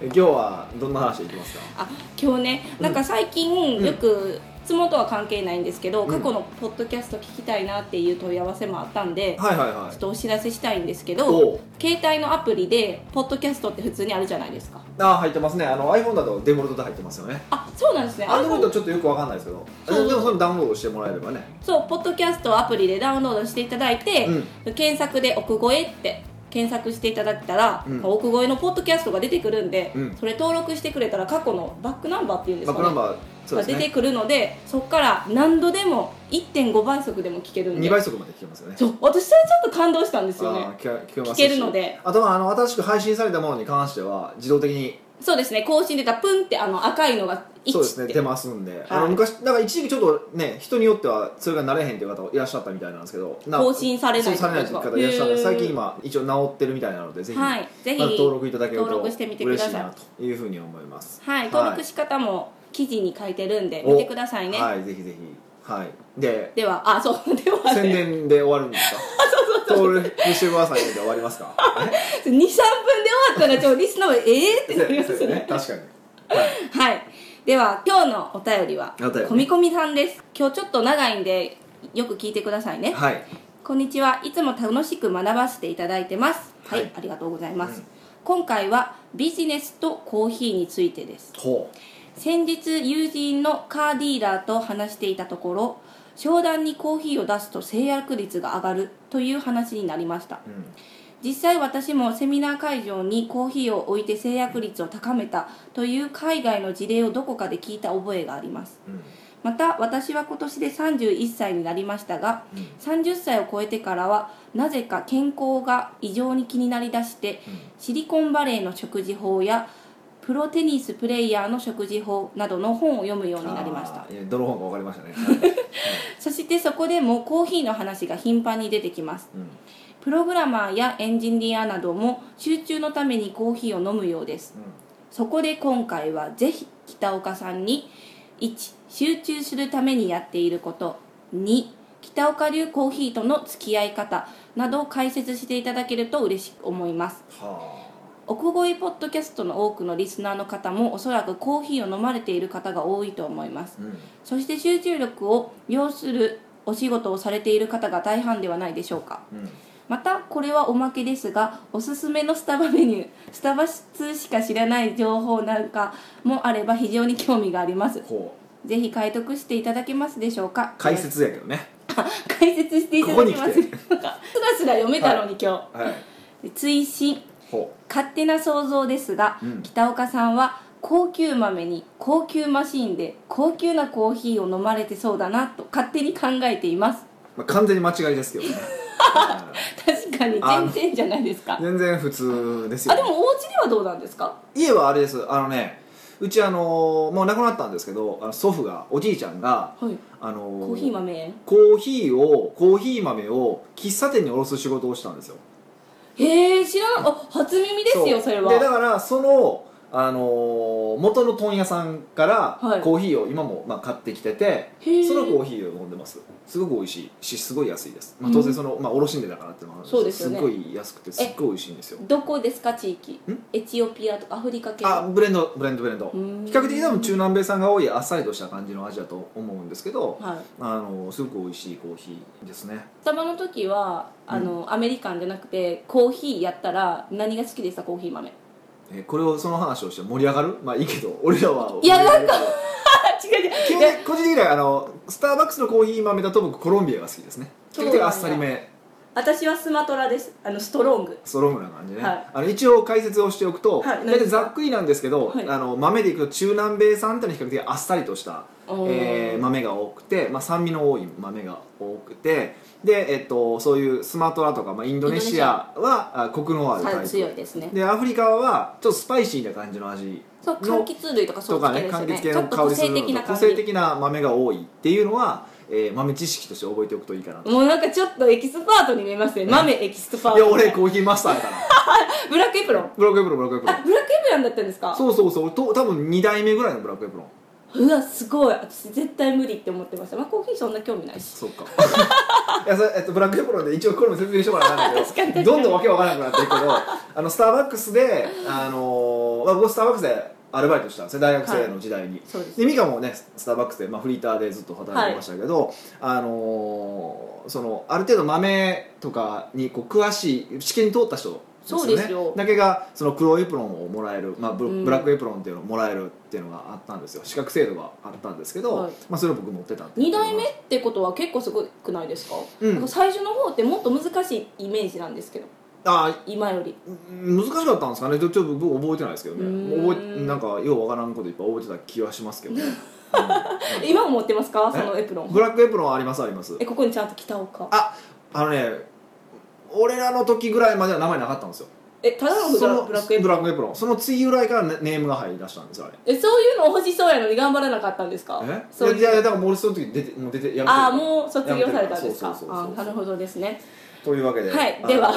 Speaker 1: え今日はどんな話でいきますか
Speaker 2: あ今日ねなんか最近
Speaker 1: うん
Speaker 2: よく相撲とは関係ないんですけど、
Speaker 1: うん
Speaker 2: 過去のポッドキャスト聞きたいなっていう問い合わせもあったんで、ちょ
Speaker 1: はいはいはい
Speaker 2: っとお知らせしたいんですけど
Speaker 1: おう
Speaker 2: 携帯のアプリでポッドキャストって普通にあるじゃないですか
Speaker 1: あ入ってますねあの iPhone だとデフォルトで入ってますよね
Speaker 2: あそうなんですね
Speaker 1: Android
Speaker 2: iPhone
Speaker 1: はちょっとよくわかんないですけど
Speaker 2: そう
Speaker 1: でもそれダウンロードしてもらえればね
Speaker 2: そうポッドキャストをアプリでダウンロードしていただいて、
Speaker 1: うん
Speaker 2: 検索で「奥越え」って検索していただけたら、
Speaker 1: うん
Speaker 2: 奥越えのポッドキャストが出てくるんで、
Speaker 1: うん
Speaker 2: それ登録してくれたら過去のバックナンバーっていうんです
Speaker 1: バッ
Speaker 2: か
Speaker 1: ク
Speaker 2: ね
Speaker 1: ナンバーそう
Speaker 2: が
Speaker 1: です
Speaker 2: 出て
Speaker 1: ね
Speaker 2: くるのでそこから何度でも1.5倍速でも聞けるんで
Speaker 1: 2倍速まで聞けますよね
Speaker 2: そう私それちょっと感動したんですよ
Speaker 1: あ
Speaker 2: ね
Speaker 1: ー聞け聞けます
Speaker 2: 聞
Speaker 1: し
Speaker 2: けるので
Speaker 1: あとはあの新しく配信されたものに関しては自動的に
Speaker 2: そうですね更新出たらプンってあの赤いのが1って
Speaker 1: そうですね出ますんで、あ
Speaker 2: は
Speaker 1: の
Speaker 2: い
Speaker 1: 昔なんか一時期ちょっとね人によってはそれが慣れへんっていう方いらっしゃったみたいなんですけどな
Speaker 2: 更新されない
Speaker 1: そうされないという方いらっしゃるん
Speaker 2: へ
Speaker 1: で
Speaker 2: ー
Speaker 1: 最近今一応治ってるみたいなのでぜひ、
Speaker 2: はいぜひ
Speaker 1: まあ登録いただけると
Speaker 2: 登録してみてく
Speaker 1: 嬉
Speaker 2: ださ
Speaker 1: しい
Speaker 2: い
Speaker 1: なというふうに思います
Speaker 2: はい登録し方も記事に書いてるんで
Speaker 1: お
Speaker 2: 見てくださいね、
Speaker 1: はいぜひぜひはいで
Speaker 2: ではあそう では
Speaker 1: 宣
Speaker 2: ね
Speaker 1: 伝で終わるんです か登録してくださいねで終わりますか
Speaker 2: 23分で終わったらちょっとリスナーはええってなりま
Speaker 1: そうですすね
Speaker 2: ね
Speaker 1: 確かに、はい
Speaker 2: はいでは今日のお便りは
Speaker 1: お便りね
Speaker 2: こみこみさんです今日ちょっと長いんでよく聞いてくださいね
Speaker 1: はい、
Speaker 2: こんにちは。いつも楽しく学ばせていただいてます。はい、
Speaker 1: はい
Speaker 2: ありがとうございます。
Speaker 1: うん
Speaker 2: 今回はビジネスとコーヒーについてです。
Speaker 1: ほ
Speaker 2: 先日友人のカーディーラーと話していたところ、商談にコーヒーを出すと制約率が上がるという話になりました。
Speaker 1: う、うん、
Speaker 2: 実際私もセミナー会場にコーヒーを置いて制約率を高めたという海外の事例をどこかで聞いた覚えがあります。
Speaker 1: うん
Speaker 2: また私は今年で31歳になりましたが、
Speaker 1: うん
Speaker 2: 30歳を超えてからはなぜか健康が異常に気になりだして
Speaker 1: うん
Speaker 2: シリコンバレーの食事法やプロテニスプレイヤーの食事法などの本を読むようになりました
Speaker 1: あーいやどの本か分かりましたね、はい
Speaker 2: そしてそこでもコーヒーの話が頻繁に出てきます
Speaker 1: うん
Speaker 2: プログラマーやエンジニアなども集中のためにコーヒーを飲むようですそこで今回はぜひ北岡さんに1集中するためにやっていること2北岡流コーヒーとの付き合い方などを解説していただけると嬉しく思います
Speaker 1: は
Speaker 2: 奥越えポッドキャストの多くのリスナーの方もおそらくコーヒーを飲まれている方が多いと思います
Speaker 1: あ、うん、
Speaker 2: そして集中力を要するお仕事をされている方が大半ではないでしょうか
Speaker 1: うん、
Speaker 2: またこれはおまけですがおすすめのスタバメニュースタバ通しか知らない情報なんかもあれば非常に興味があります
Speaker 1: こ
Speaker 2: ぜひ解読していただけますでしょうか
Speaker 1: う解説やけどね、
Speaker 2: 解説していただけます
Speaker 1: ここに来
Speaker 2: でしょうかすらすら読めたのに今
Speaker 1: はい、
Speaker 2: 日追伸
Speaker 1: ほ
Speaker 2: 勝手な想像ですが、
Speaker 1: うん
Speaker 2: 北岡さんは高級豆に高級マシンで高級なコーヒーを飲まれてそうだなと勝手に考えています
Speaker 1: う、まあ、完全に間違いですけ どねはい
Speaker 2: 確かに全然じゃないですか
Speaker 1: 全然普通ですよ
Speaker 2: あでもお家ではどうなんですか
Speaker 1: 家はあれですあのねうちあのもう亡くなったんですけどあの祖父がおじいちゃんが
Speaker 2: はい
Speaker 1: あの
Speaker 2: コーヒー豆園
Speaker 1: コーヒーをコーヒー豆を喫茶店に卸す仕事をしたんですよ
Speaker 2: へえ知らなあ初耳ですよ
Speaker 1: う
Speaker 2: それは
Speaker 1: でだからそのあのー元の問屋さんから
Speaker 2: はい
Speaker 1: コーヒーを今もまあ買ってきてて、
Speaker 2: へえ
Speaker 1: そのコーヒーを飲んでますすごく美味しいしすごい安いです、まあ、当然その、まあ、卸値だからっていうのもあるん
Speaker 2: そう
Speaker 1: で
Speaker 2: ですす
Speaker 1: け
Speaker 2: よ
Speaker 1: ど
Speaker 2: ね
Speaker 1: すごい安くてすっごい美味しいんですよ
Speaker 2: どこですか地域エチオピアとかアフリカ系
Speaker 1: あブレンドブレンドブレンド
Speaker 2: うーん
Speaker 1: 比較的多分中南米産が多いあっさりとした感じの味だと思うんですけど、
Speaker 2: はい
Speaker 1: あのーすごく美味しいコーヒーですね
Speaker 2: スタバの時はあの、アメリカンじゃなくてコーヒーやったら何が好きでしたコーヒー豆
Speaker 1: えーこれをその話をして盛り上がるまあいいけど俺らはい
Speaker 2: や
Speaker 1: 盛り上がるけど
Speaker 2: 違う違う
Speaker 1: 基本的個人的にはあのスターバックスのコーヒー豆だと僕コロンビアが好きですね
Speaker 2: そ
Speaker 1: 比
Speaker 2: う
Speaker 1: 較
Speaker 2: なんだ
Speaker 1: 的あっさりめ
Speaker 2: 私はスマトラですあのストロング
Speaker 1: ストロングな感じね、
Speaker 2: はい
Speaker 1: あの一応解説をしておくと、
Speaker 2: はい
Speaker 1: 大体ざっくりなんですけど、
Speaker 2: はい
Speaker 1: あの豆でいくと中南米産っていうのは比較的あっさりとした、
Speaker 2: おー
Speaker 1: えー豆が多くて、まあ、酸味の多い豆が多くてで、えっと、そういうスマトラとか、まあ、インドネシアはあコクのあるタイプ
Speaker 2: 強いですね
Speaker 1: でアフリカはちょっとスパイシーな感じの味
Speaker 2: そう柑橘類とかそ
Speaker 1: と
Speaker 2: う
Speaker 1: か
Speaker 2: で
Speaker 1: ね
Speaker 2: すよ
Speaker 1: 柑
Speaker 2: ね
Speaker 1: 橘系
Speaker 2: ちょ
Speaker 1: の
Speaker 2: っと
Speaker 1: 香
Speaker 2: 個
Speaker 1: りす
Speaker 2: 性
Speaker 1: るの
Speaker 2: 的な
Speaker 1: と個
Speaker 2: 感
Speaker 1: 性
Speaker 2: じ
Speaker 1: 的な豆が多いっていうのは、えー豆知識として覚えておくといいかなと
Speaker 2: もうなんかちょっとエキスパートに見えますね豆エキスパート
Speaker 1: いや俺コーヒーマスターやから
Speaker 2: ブラックエプロン
Speaker 1: ブラックエプロンブラックエ
Speaker 2: あ
Speaker 1: プ
Speaker 2: ブラックエプロンだったんです
Speaker 1: ロン
Speaker 2: か
Speaker 1: そうそうそうと多分2代目ぐらいのブラックエプロン
Speaker 2: うわすごい私絶対無理って思ってました、まあ、コーヒーそんな興味ないし
Speaker 1: そっか いやそれ、えっと、ブラックエプロンで一応これも説明してもらわないんだ
Speaker 2: 確かに確
Speaker 1: け
Speaker 2: か
Speaker 1: ど
Speaker 2: に
Speaker 1: どんどんわけわからなくなっていくけどあのスターバックスで、あのーまあ、僕スターバックスでアルバイトしたんですね大学生の時代に、
Speaker 2: そうです
Speaker 1: で美香もねスターバックスで、まあ、フリーターでずっと働いてましたけど、あのーそのある程度豆とかにこう詳しい試験に通った人
Speaker 2: そう
Speaker 1: ね
Speaker 2: ですよ
Speaker 1: だけがその黒エプロンをもらえる、まあ、ブロ
Speaker 2: うん
Speaker 1: ブラックエプロンっていうのをもらえるっていうのがあったんですよ資格制度があったんですけど、
Speaker 2: はい
Speaker 1: まあ、それを僕持ってたっていう
Speaker 2: 2
Speaker 1: のが
Speaker 2: 代目ってことは結構すごくないですか,、
Speaker 1: うん
Speaker 2: 最初の方ってもっと難しいイメージなんですけど
Speaker 1: あー
Speaker 2: 今より
Speaker 1: うん難しかったんですかねちょちょっと僕覚えてないですけど
Speaker 2: う
Speaker 1: ね
Speaker 2: ーん
Speaker 1: 覚えなんかようわからんこといっぱい覚えてた気はしますけど ね、
Speaker 2: 今も持ってますかそのエプロ
Speaker 1: うん
Speaker 2: ン
Speaker 1: ブラックエプロンありますあります
Speaker 2: えここにちゃんと着たおか
Speaker 1: ああのね俺らの時ぐらいまでは名前なかったんですよ
Speaker 2: えただのブ
Speaker 1: そ
Speaker 2: ラ
Speaker 1: の
Speaker 2: ブラックエプ
Speaker 1: ブ
Speaker 2: ロン
Speaker 1: ラックエプロンその次ぐらいからねネームが入り出したんですよあれ
Speaker 2: えそういうの欲しそうやのに頑張らなかったんですか
Speaker 1: え
Speaker 2: そう
Speaker 1: いやい
Speaker 2: いう
Speaker 1: やだからもう俺その時出てもう出てやめて
Speaker 2: ああもう卒業されたんです
Speaker 1: や
Speaker 2: か
Speaker 1: めてるからそうそうそう
Speaker 2: あ
Speaker 1: そう
Speaker 2: ーなるほどですね
Speaker 1: というわけでは
Speaker 2: はいでは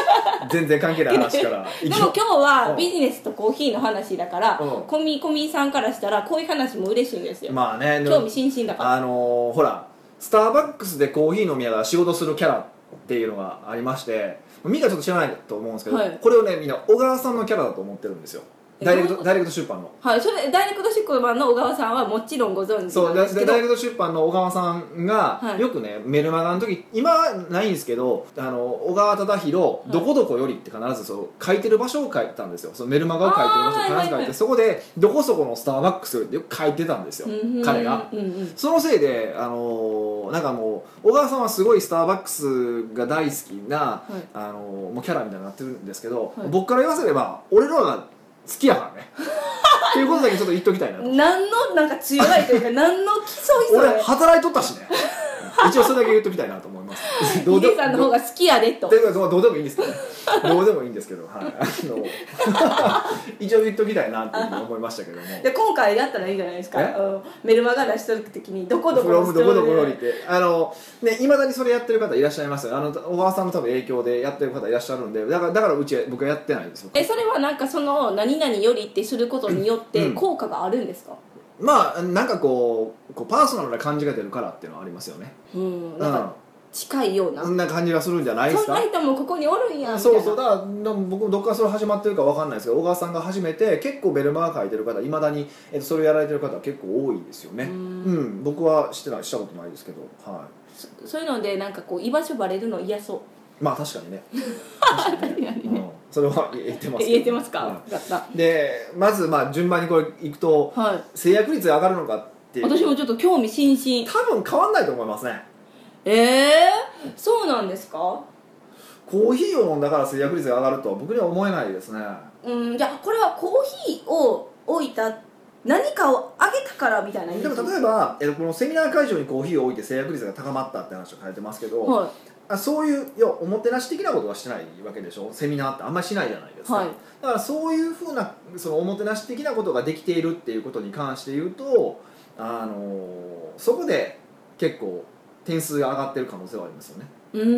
Speaker 1: 全然関係ない話から
Speaker 2: でも今日
Speaker 1: う
Speaker 2: は
Speaker 1: ん
Speaker 2: ビジネスとコーヒーの話だから
Speaker 1: うん
Speaker 2: コミコミさんからしたらこういう話も嬉しいんですよ
Speaker 1: まあねでも
Speaker 2: 興味津々だから
Speaker 1: あのーほらスターバックスでコーヒー飲みながら仕事するキャラっていうのがありましてみんなちょっと知らないと思うんですけど、
Speaker 2: はい
Speaker 1: これをねみんな小川さんのキャラだと思ってるんですよ
Speaker 2: え
Speaker 1: ダイレク
Speaker 2: どういう
Speaker 1: ト
Speaker 2: こと
Speaker 1: ダイレクト出版の
Speaker 2: はい、それダイレクト出版の小川さんはもちろんご存知
Speaker 1: そ
Speaker 2: な
Speaker 1: うんだ
Speaker 2: です
Speaker 1: だ
Speaker 2: けど
Speaker 1: ダイレクト出版の小川さんが、
Speaker 2: はい
Speaker 1: よくねメルマガの時今はないんですけどあの小川忠宏、
Speaker 2: い
Speaker 1: どこどこよりって必ずそう書いてる場所を書いてたんですよそのメルマガを書いてる場所を必ず書いて、
Speaker 2: あーはいはいはい
Speaker 1: そこでどこそこのスターバックスよりってよく書いてたんですよ、
Speaker 2: うんうん
Speaker 1: 彼が。
Speaker 2: うんうん
Speaker 1: そのせいで、あのーなんかもう小川さんはすごいスターバックスが大好きな、
Speaker 2: はい
Speaker 1: あのーもうキャラみたいになってるんですけど、
Speaker 2: はい
Speaker 1: 僕から言わせれば俺の方が好きや からねっていうことだけちょっと言っときたいなと
Speaker 2: 何のなんか強い というか何の競いそう
Speaker 1: 俺
Speaker 2: や
Speaker 1: 働いとったし ね一応それだけ言っときたいなと思います
Speaker 2: ヒデさんの方が好きやでと
Speaker 1: どうでもどうでもいいんですけどねどうでもいいんですけど、はい、あの 一応言っときたいなっていうふうに思いましたけども
Speaker 2: で今回だったらいいんじゃないですか、
Speaker 1: え
Speaker 2: うんメルマガ出しとる時にどこどこ
Speaker 1: フロムどこどこよりっ
Speaker 2: で
Speaker 1: てあのねいまだにそれやってる方いらっしゃいますよあの小川さんの多分影響でやってる方いらっしゃるんでだからだからうちは僕はやってないんですよ
Speaker 2: えそれはなんかその何々よりってすることによっ
Speaker 1: う
Speaker 2: て
Speaker 1: ん
Speaker 2: 効果があるんですか
Speaker 1: まあなんかこうこうパーソナルな感じが出るからっていうのはありますよね
Speaker 2: うん
Speaker 1: う
Speaker 2: なんか
Speaker 1: ん
Speaker 2: 近いような、
Speaker 1: そんな感じがするんじゃないです
Speaker 2: そん
Speaker 1: か
Speaker 2: な人もここにおるんやみたい
Speaker 1: そ
Speaker 2: な
Speaker 1: うそうだからな僕もどっからそれ始まってるかわかんないですけど小川さんが初めて結構ベルマー書いてる方いまだに、えっと、それをやられてる方は結構多いですよね
Speaker 2: うん
Speaker 1: うん僕はしてないしたことないですけどはい
Speaker 2: そそういうのでなんかこう居場所バレるの嫌そう
Speaker 1: まあ確かに ね確かにねうん、それは言えてますけど
Speaker 2: 言えてますか、
Speaker 1: は
Speaker 2: だった
Speaker 1: いでまずまあ順番にこれいくと
Speaker 2: は
Speaker 1: 制約率が上がるのかってい
Speaker 2: いう私もちょっと興味津々
Speaker 1: 多分変わんないと思いますね
Speaker 2: ええそうなんですか
Speaker 1: コーヒーを飲んだから制約率が上がるとは僕には思えないですね
Speaker 2: うんじゃあこれはコーヒーを置いた何かをあげたからみたいな
Speaker 1: でも例えば、えっとこのセミナー会場にコーヒーを置いて制約率が高まったって話を書いてますけど、
Speaker 2: は
Speaker 1: あそういういやおもてなし的なことはしてないわけでしょセミナーってあんまりしないじゃないですか、
Speaker 2: はい
Speaker 1: だからそういうふうなそのおもてなし的なことができているっていうことに関して言うと、あのーそこで結構点数が上がってる可能性はありますよね
Speaker 2: いうー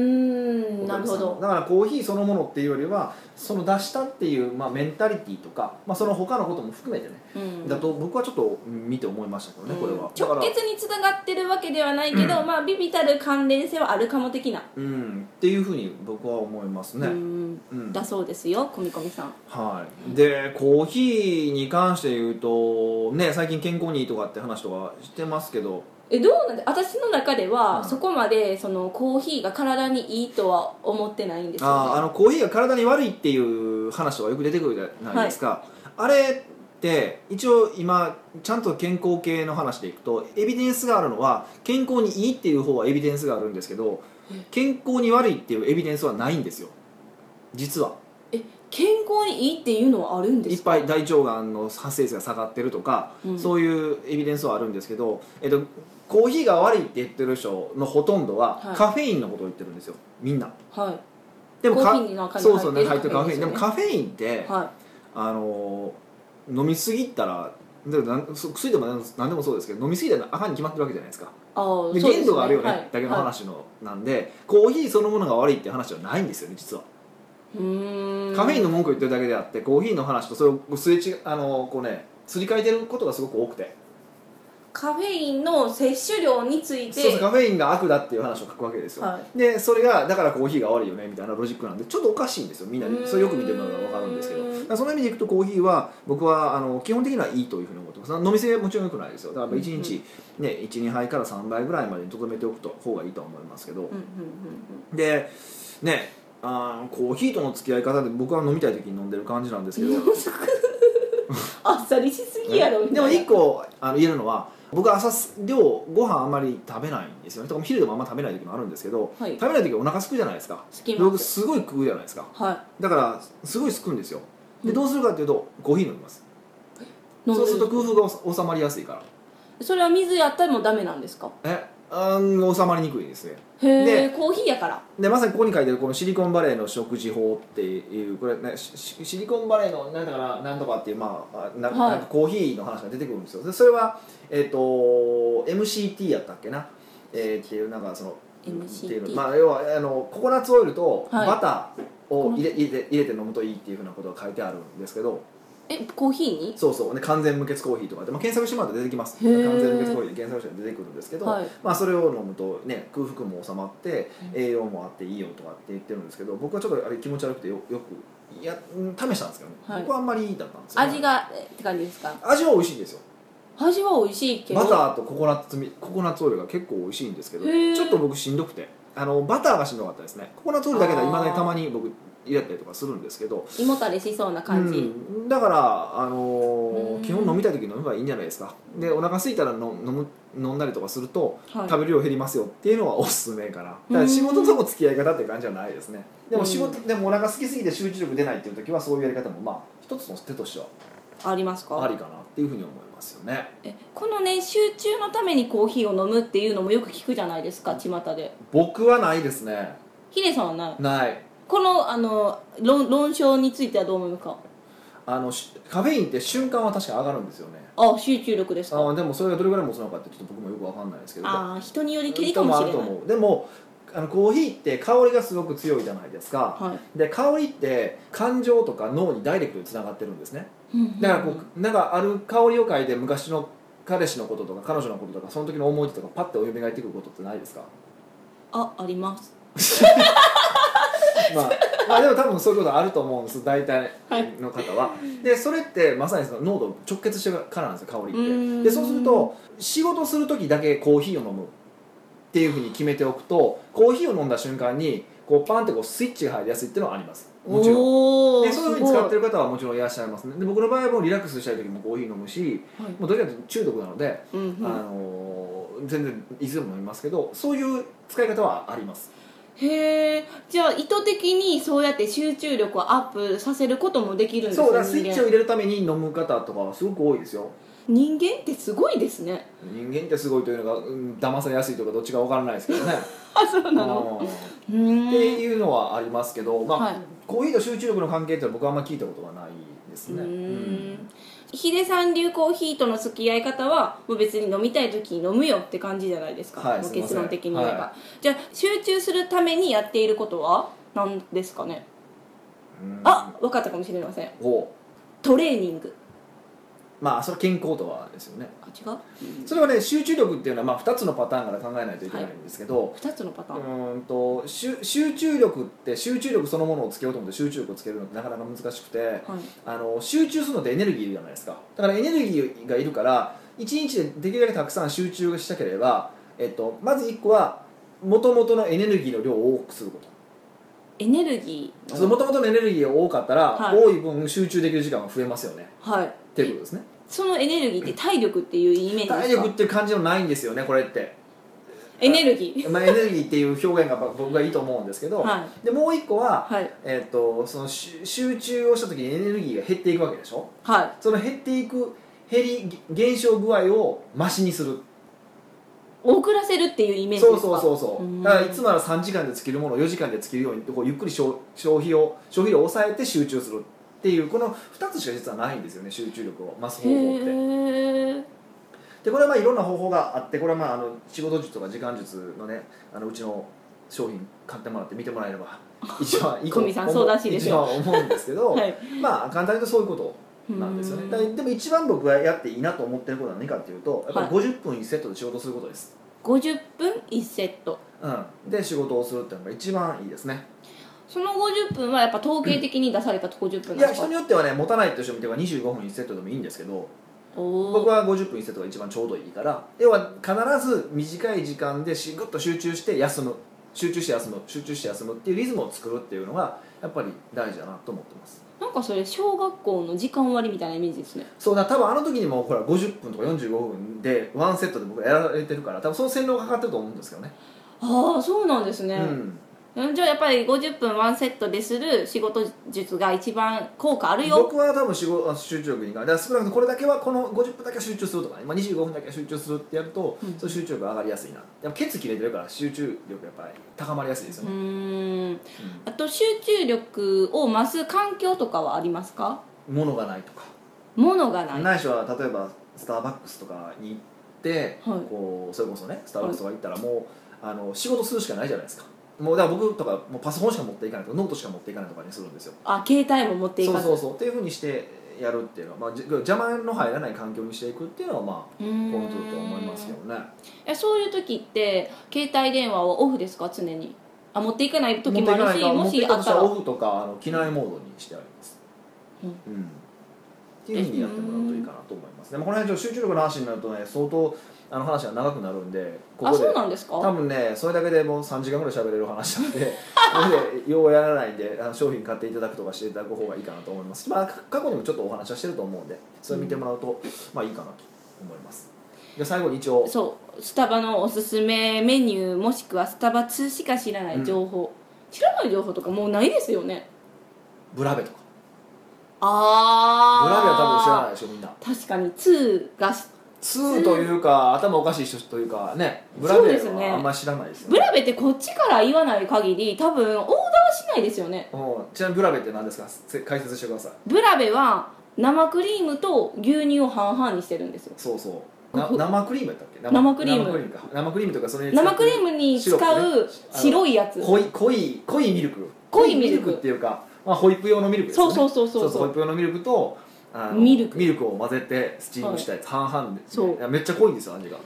Speaker 2: んなる
Speaker 1: お
Speaker 2: ほ
Speaker 1: 客さんの
Speaker 2: ど
Speaker 1: だからコーヒーそのものっていうよりはその出したっていう、まあ、メンタリティとか、まあ、その他のことも含めてね、
Speaker 2: うん
Speaker 1: だと僕はちょっと見て思いましたけどね、これはだ
Speaker 2: 直
Speaker 1: から
Speaker 2: 結につながってるわけではないけど、まあビビたる関連性はあるかも的な、
Speaker 1: うんっていうふうに僕は思いますね、
Speaker 2: う
Speaker 1: うん
Speaker 2: んだそうですよこみこみさん
Speaker 1: はい、でコーヒーに関して言うとね最近健康にいいとかって話とかしてますけど
Speaker 2: えどうなんで私の中で
Speaker 1: う
Speaker 2: は、
Speaker 1: ん
Speaker 2: そこまでそのコーヒーが体にいいとは思ってないんです
Speaker 1: あーあ
Speaker 2: よ、ね、
Speaker 1: のコーヒーが体に悪いっていう話とかよく出てくるじゃないですか、あれって一応今ちゃんと健康系の話でいくとエビデンスがあるのは健康にいいっていう方はエビデンスがあるんですけど健康に悪いっていうエビデンスはないんですよ実は
Speaker 2: 健康にいいっていうのはあるんで
Speaker 1: いっ
Speaker 2: すか
Speaker 1: ぱい大腸がんの発生率が下がってるとか、
Speaker 2: うん
Speaker 1: そういうエビデンスはあるんですけど、えっと、コーヒーが悪いって言ってる人のほとんどは
Speaker 2: はい
Speaker 1: カフェインのことを言ってるんですよみんな
Speaker 2: はい
Speaker 1: でもか
Speaker 2: コーヒーの中に
Speaker 1: そうそう
Speaker 2: 入ってる
Speaker 1: 入ってるカフェイン
Speaker 2: カフェイ
Speaker 1: でもカフェイ
Speaker 2: ンですよね
Speaker 1: ンって、
Speaker 2: は
Speaker 1: あのー飲みすぎたらでなんそ薬でもなん何でもそうですけど飲みすぎたらあかんに決まってるわけじゃないですか
Speaker 2: いあー
Speaker 1: で
Speaker 2: そうです
Speaker 1: 限度があるよね、
Speaker 2: はい
Speaker 1: だけの
Speaker 2: はい
Speaker 1: 話の、なんでコーヒーそのものが悪いって話はないんですよね実は
Speaker 2: うーん
Speaker 1: カフェインの文句を言ってるだけであってコーヒーの話とそれをすれ違あのーこうねすり替えてることがすごく多くて
Speaker 2: カフェインの摂取量について
Speaker 1: そうそうカフェインが悪だっていう話を書くわけですよ、
Speaker 2: は
Speaker 1: でそれがだからコーヒーが悪いよねみたいなロジックなんでちょっとおかしいんですよみんな
Speaker 2: うーん
Speaker 1: それよく見てもらうのが分かるんですけどだからその意味でいくとコーヒーは僕はあの基本的にはいいというふうに思ってます飲みすぎはもちろんよくないですよだから1日、ね、12杯から3杯ぐらいまでにとどめておくと方がいいとは思いますけど
Speaker 2: うんうん
Speaker 1: でねあーコーヒーとの付き合い方で僕は飲みたい時に飲んでる感じなんですけど
Speaker 2: あっさりしすぎやろみたい
Speaker 1: で
Speaker 2: な
Speaker 1: も一個あの言えるのは僕は朝す量ご飯あんまり食べないんですよねとか昼でもあんま食べない時もあるんですけど、
Speaker 2: はい
Speaker 1: 食べない時はお腹すくじゃないですか
Speaker 2: 好きま
Speaker 1: 僕
Speaker 2: す
Speaker 1: すごい食うじゃないですか
Speaker 2: は
Speaker 1: だからすごいすくんですよ
Speaker 2: う
Speaker 1: で
Speaker 2: ん
Speaker 1: どうするかっていうとコーヒー飲みます
Speaker 2: い飲ん
Speaker 1: そ
Speaker 2: で
Speaker 1: うすると空腹が収まりやすいから
Speaker 2: それは水やったらもうダメなんですか
Speaker 1: えあん収まりにくいですね
Speaker 2: へえ
Speaker 1: で
Speaker 2: コーヒーやから
Speaker 1: でまさにここに書いてるこのシリコンバレーの食事法っていうこれ、ね、シシシリコンバレーのなんだからなんとかっていう、まああ、な
Speaker 2: はい
Speaker 1: なんかコーヒーの話が出てくるんですよでそれは、えっと MCT やったっけな、えーっていうなんかその
Speaker 2: MCT
Speaker 1: っていうのまあ、要はあのココナッツオイルと
Speaker 2: はい
Speaker 1: バターを入れ,、入れて入れて飲むといいっていうふうなことが書いてあるんですけど
Speaker 2: えコーヒーに
Speaker 1: そうそうで完全無欠コーヒーとかって、まあ、検索してもらったら出てきます
Speaker 2: へ
Speaker 1: 完
Speaker 2: ー
Speaker 1: 全無欠コーヒーで検索してもらったら出てくるんですけど、
Speaker 2: はい
Speaker 1: まあ、それを飲むと、ね、空腹も収まって
Speaker 2: うん
Speaker 1: 栄養もあっていいよとかって言ってるんですけど僕はちょっとあれ気持ち悪くてよよくいやうん試したんですけどね、
Speaker 2: はい
Speaker 1: 僕はあんまりいいだったんですよ、ね、
Speaker 2: 味がえって感じですか
Speaker 1: 味は美味しいんですよ
Speaker 2: 味は美味しいけど
Speaker 1: バターとココナッツみココナッツオイルが結構美味しいんですけど
Speaker 2: へー
Speaker 1: ちょっと僕しんどくてあのバターがしんどかったですねココナッツオイルだけではいまだにたまに僕入れたりとかするんですけど
Speaker 2: 胃もたれしそうな感じ、
Speaker 1: うん、だから、あのー
Speaker 2: うん
Speaker 1: 基本飲みたい時飲めばいいんじゃないですかでお腹空いたらの飲む飲んだりとかすると
Speaker 2: はい
Speaker 1: 食べる量減りますよっていうのはおすすめかなだか
Speaker 2: うん
Speaker 1: ら仕事との付き合い方っていう感じはないですねでも仕事、
Speaker 2: う
Speaker 1: でもお腹空きすぎて集中力出ないっていう時はそういうやり方もまあ一つの手として
Speaker 2: ありますか
Speaker 1: はありかなっていうふうに思いますよね
Speaker 2: えこのね集中のためにコーヒーを飲むっていうのもよく聞くじゃないですか巷で
Speaker 1: 僕はないですね
Speaker 2: ヒデさんはない
Speaker 1: ない
Speaker 2: このあの論論証についてはどう思いますか
Speaker 1: あのしカフェインって瞬間は確か上がるんですよね
Speaker 2: あ集中力です
Speaker 1: あ
Speaker 2: か
Speaker 1: ーでもそれがどれぐらい持つのかってちょっと僕もよくわかんないですけど
Speaker 2: ああ人によりきりかもしれ
Speaker 1: と
Speaker 2: ない
Speaker 1: 思うでもあのコーヒーって香りがすごく強いじゃないですか、
Speaker 2: は
Speaker 1: で香りって感情とか脳にダイレクトにつながってるんですね
Speaker 2: い
Speaker 1: だからこうなんかある香りを嗅いで昔の彼氏のこととか彼女のこととかその時の思い出とかパッてお蘇ってくることってない ですか
Speaker 2: ああります
Speaker 1: まあ、まあでも多分そういうことあると思うんです大体
Speaker 2: はい
Speaker 1: の方は、でそれってまさにその濃度を直結してからなんですよ香り
Speaker 2: うー
Speaker 1: っ
Speaker 2: ん
Speaker 1: てでそうすると仕事する時だけコーヒーを飲むっていうふうに決めておくとコーヒーを飲んだ瞬間にこうパンってこうスイッチが入りやすいっていうのはありますもちろん
Speaker 2: おお
Speaker 1: でそういうふうに使ってる方はもちろんいらっしゃいますねで僕の場合はもうリラックスしたい時もコーヒー飲むしもうどちらかというと中毒なので、
Speaker 2: うんうん
Speaker 1: あのー全然いつでも飲みますけどそういう使い方はあります
Speaker 2: へえじゃあ意図的にそうやって集中力をアップさせることもできるんです
Speaker 1: そうだからスイ
Speaker 2: 人
Speaker 1: ッチを
Speaker 2: 間
Speaker 1: 入れるために飲む方とかはすごく多いですよ
Speaker 2: 人間ってすごいですね
Speaker 1: 人間ってすごいというのが、うん、騙されやすいとかどっちか分からないですけどね
Speaker 2: あそうなの
Speaker 1: うんっ
Speaker 2: う
Speaker 1: て
Speaker 2: ーん
Speaker 1: いうのはありますけど、まあ
Speaker 2: はい
Speaker 1: コーヒーと集中力の関係っていうのは僕はあんまり聞いたことがないです
Speaker 2: うー
Speaker 1: ね、うんん
Speaker 2: ヒデさん流コーヒーとの付き合い方はもう別に飲みたい時に飲むよって感じじゃないですか、
Speaker 1: はい
Speaker 2: もう
Speaker 1: すいませ
Speaker 2: 結
Speaker 1: ん
Speaker 2: 論的に言えば、
Speaker 1: は
Speaker 2: じゃあ集中するためにやっていることは何ですかね、
Speaker 1: うん
Speaker 2: あ分かったかもしれません
Speaker 1: お
Speaker 2: トレーニング
Speaker 1: まあそれは健康とはですよね
Speaker 2: あ違う、うん、
Speaker 1: それはね集中力っていうのはまあ2つのパターンから考えないといけないんですけど、
Speaker 2: 2つのパターン、
Speaker 1: うーんと集集中力って集中力そのものをつけようと思って集中力をつけるのってなかなか難しくて
Speaker 2: はい、
Speaker 1: あの集中するのってエネルギーいるじゃないですかだからエネルギーがいるから一日でできるだけたくさん集中したければ、えっと、まず1個はもともとのエネルギーの量を多くすること
Speaker 2: エネルギー
Speaker 1: もともとのエネルギーが多かったら、
Speaker 2: はい
Speaker 1: 多い分集中できる時間が増えますよね
Speaker 2: はい
Speaker 1: っていうことですね
Speaker 2: そのエネルギーって体力っていうイメージですか
Speaker 1: 体力っていう感じのないんですよねこれって、
Speaker 2: エネルギ
Speaker 1: まあ、エネルギーっていう表現が僕はいいと思うんですけ
Speaker 2: ー
Speaker 1: ど、
Speaker 2: は
Speaker 1: でもう1個はい
Speaker 2: はい
Speaker 1: えー、とその集集中をした時にエネルギーが減っていくわけでしょ
Speaker 2: はい
Speaker 1: その減っていく減り減少具合をマシにする
Speaker 2: 遅らせるっていうイメージです
Speaker 1: そ
Speaker 2: か
Speaker 1: うそうそううそううんだからいつもなら3時間で尽きるものを4時間で尽きるようにこうゆっくり消消費を消費量を抑えて集中するっていうこの2つしか実はないんですよね集中力を増す方法って
Speaker 2: へえ
Speaker 1: でこれはまあいろんな方法があってこれはまああの仕事術とか時間術のねあのうちの商品買ってもらって見てもらえれば一番いいと思
Speaker 2: 小見さんそうらしいですよ
Speaker 1: 一番思うんですけど、
Speaker 2: はい
Speaker 1: まあ簡単に言うとそういうことなんですよ
Speaker 2: う
Speaker 1: ね
Speaker 2: ん
Speaker 1: だからでも一番僕がやっていいなと思ってることは何かっていうとやっぱり50分1セットで仕事することです、
Speaker 2: 50分1セット
Speaker 1: うん、で仕事をするっていうのが一番いいですね
Speaker 2: その50分はやっぱ統計的に出された50
Speaker 1: い
Speaker 2: 分なん
Speaker 1: や
Speaker 2: です
Speaker 1: 人
Speaker 2: か
Speaker 1: によってはね持たないっていう人もいては25分1セットでもいいんですけど
Speaker 2: お
Speaker 1: 僕
Speaker 2: ー
Speaker 1: は50分1セットが一番ちょうどいいから要は必ず短い時間でしぐっと集中して休む集中して休む集中して休むっていうリズムを作るっていうのがやっぱり大事だなと思ってます
Speaker 2: なんかそれ小学校の時間割りみたいなイメージですね
Speaker 1: そうだ多分あの時にもほら50分とか45分でワンセットで僕やられてるから多分その洗脳がかかってると思うんですけどね
Speaker 2: ああそうなんですね、
Speaker 1: うん
Speaker 2: うんじゃあやっぱり50分ワンセットでする仕事術が一番効果あるよ
Speaker 1: 僕は多分仕事あ集中力に関だから少なくともこれだけはこの50分だけは集中するとかね、まあ、25分だけは集中するってやると、
Speaker 2: うん
Speaker 1: その集中力が上がりやすいなやっぱケツ切れてるから集中力やっぱり高まりやすいです
Speaker 2: う
Speaker 1: よね、
Speaker 2: ーんあと集中力を増す環境とかはありますか
Speaker 1: うん物がないとか、
Speaker 2: ものがない
Speaker 1: ないしは例えばスターバックスとかに行って、
Speaker 2: はい
Speaker 1: こうそれこそねスターバックスとか行ったらもう、あの仕事するしかないじゃないですかもうだから僕とかもうパソコンしか持っていかないとかノートしか持っていかないとかにするんですよ
Speaker 2: あ携帯も持ってい
Speaker 1: そう
Speaker 2: かず
Speaker 1: そうそうっていうふうにしてやるっていうのは、まあ、じ邪魔の入らない環境にしていくっていうのはまあ
Speaker 2: うーん
Speaker 1: ポイントだと思いますけどね
Speaker 2: えそういう時って携帯電話はオフですか常にあ持っていかない時もあるし
Speaker 1: 持
Speaker 2: も
Speaker 1: ってい
Speaker 2: し
Speaker 1: か
Speaker 2: あ
Speaker 1: ないから持っていかないとした
Speaker 2: った
Speaker 1: ら
Speaker 2: ら
Speaker 1: オフとかあの機内モードにしてあります
Speaker 2: う
Speaker 1: うんっていうふうにやってもらうといいかなと思いますでもこの辺ちょっと集中力の話になるとね相当あの話が長くなるんでこ
Speaker 2: あ
Speaker 1: こで
Speaker 2: そうなんです
Speaker 1: 多
Speaker 2: か
Speaker 1: 分ねそれだけでもう3時間ぐらい喋れる話なんで なのでようやらないんであの商品買っていただくとかしていただく方がいいかなと思います、まあ、か過去にもちょっとお話はしてると思うんでそれ見てもらうと、まあいいかなと思いますじゃあ最後に一応
Speaker 2: そうスタバのおすすめメニューもしくはスタバ通しか知らない情報、知らない情報とかもうないですよね
Speaker 1: ブラベとか
Speaker 2: あ
Speaker 1: ブ
Speaker 2: あ
Speaker 1: ラベは多分知らないでしょみんな
Speaker 2: 確かに通が
Speaker 1: 2というか頭おかしい人というかねブラ
Speaker 2: そう
Speaker 1: ベ
Speaker 2: ですね
Speaker 1: はあんまり知らないですよ
Speaker 2: ブ
Speaker 1: ね
Speaker 2: ラベってこっちから言わない限り多分オーダーしないですよね
Speaker 1: うんちなみにブラベって何ですかせ解説してください
Speaker 2: ブラベは生クリームと牛乳を半々にしてるんですよ
Speaker 1: そうそうな生クリームやったっけ
Speaker 2: 生クリーム
Speaker 1: 生クリームか生クリームとかそれに使って
Speaker 2: 生クリームに使う白いやつ
Speaker 1: 濃い濃い濃いミルク
Speaker 2: 濃いミルク
Speaker 1: っていうか、まあ、ホイップ用のミルクですよ
Speaker 2: そう
Speaker 1: ね
Speaker 2: そううそうそうそ
Speaker 1: ホイッ
Speaker 2: う
Speaker 1: プ用のミルクとあの
Speaker 2: ミルク
Speaker 1: ミルクを混ぜてスチームしたやつ、半々で
Speaker 2: そう
Speaker 1: いやめっちゃ濃いんですよ味が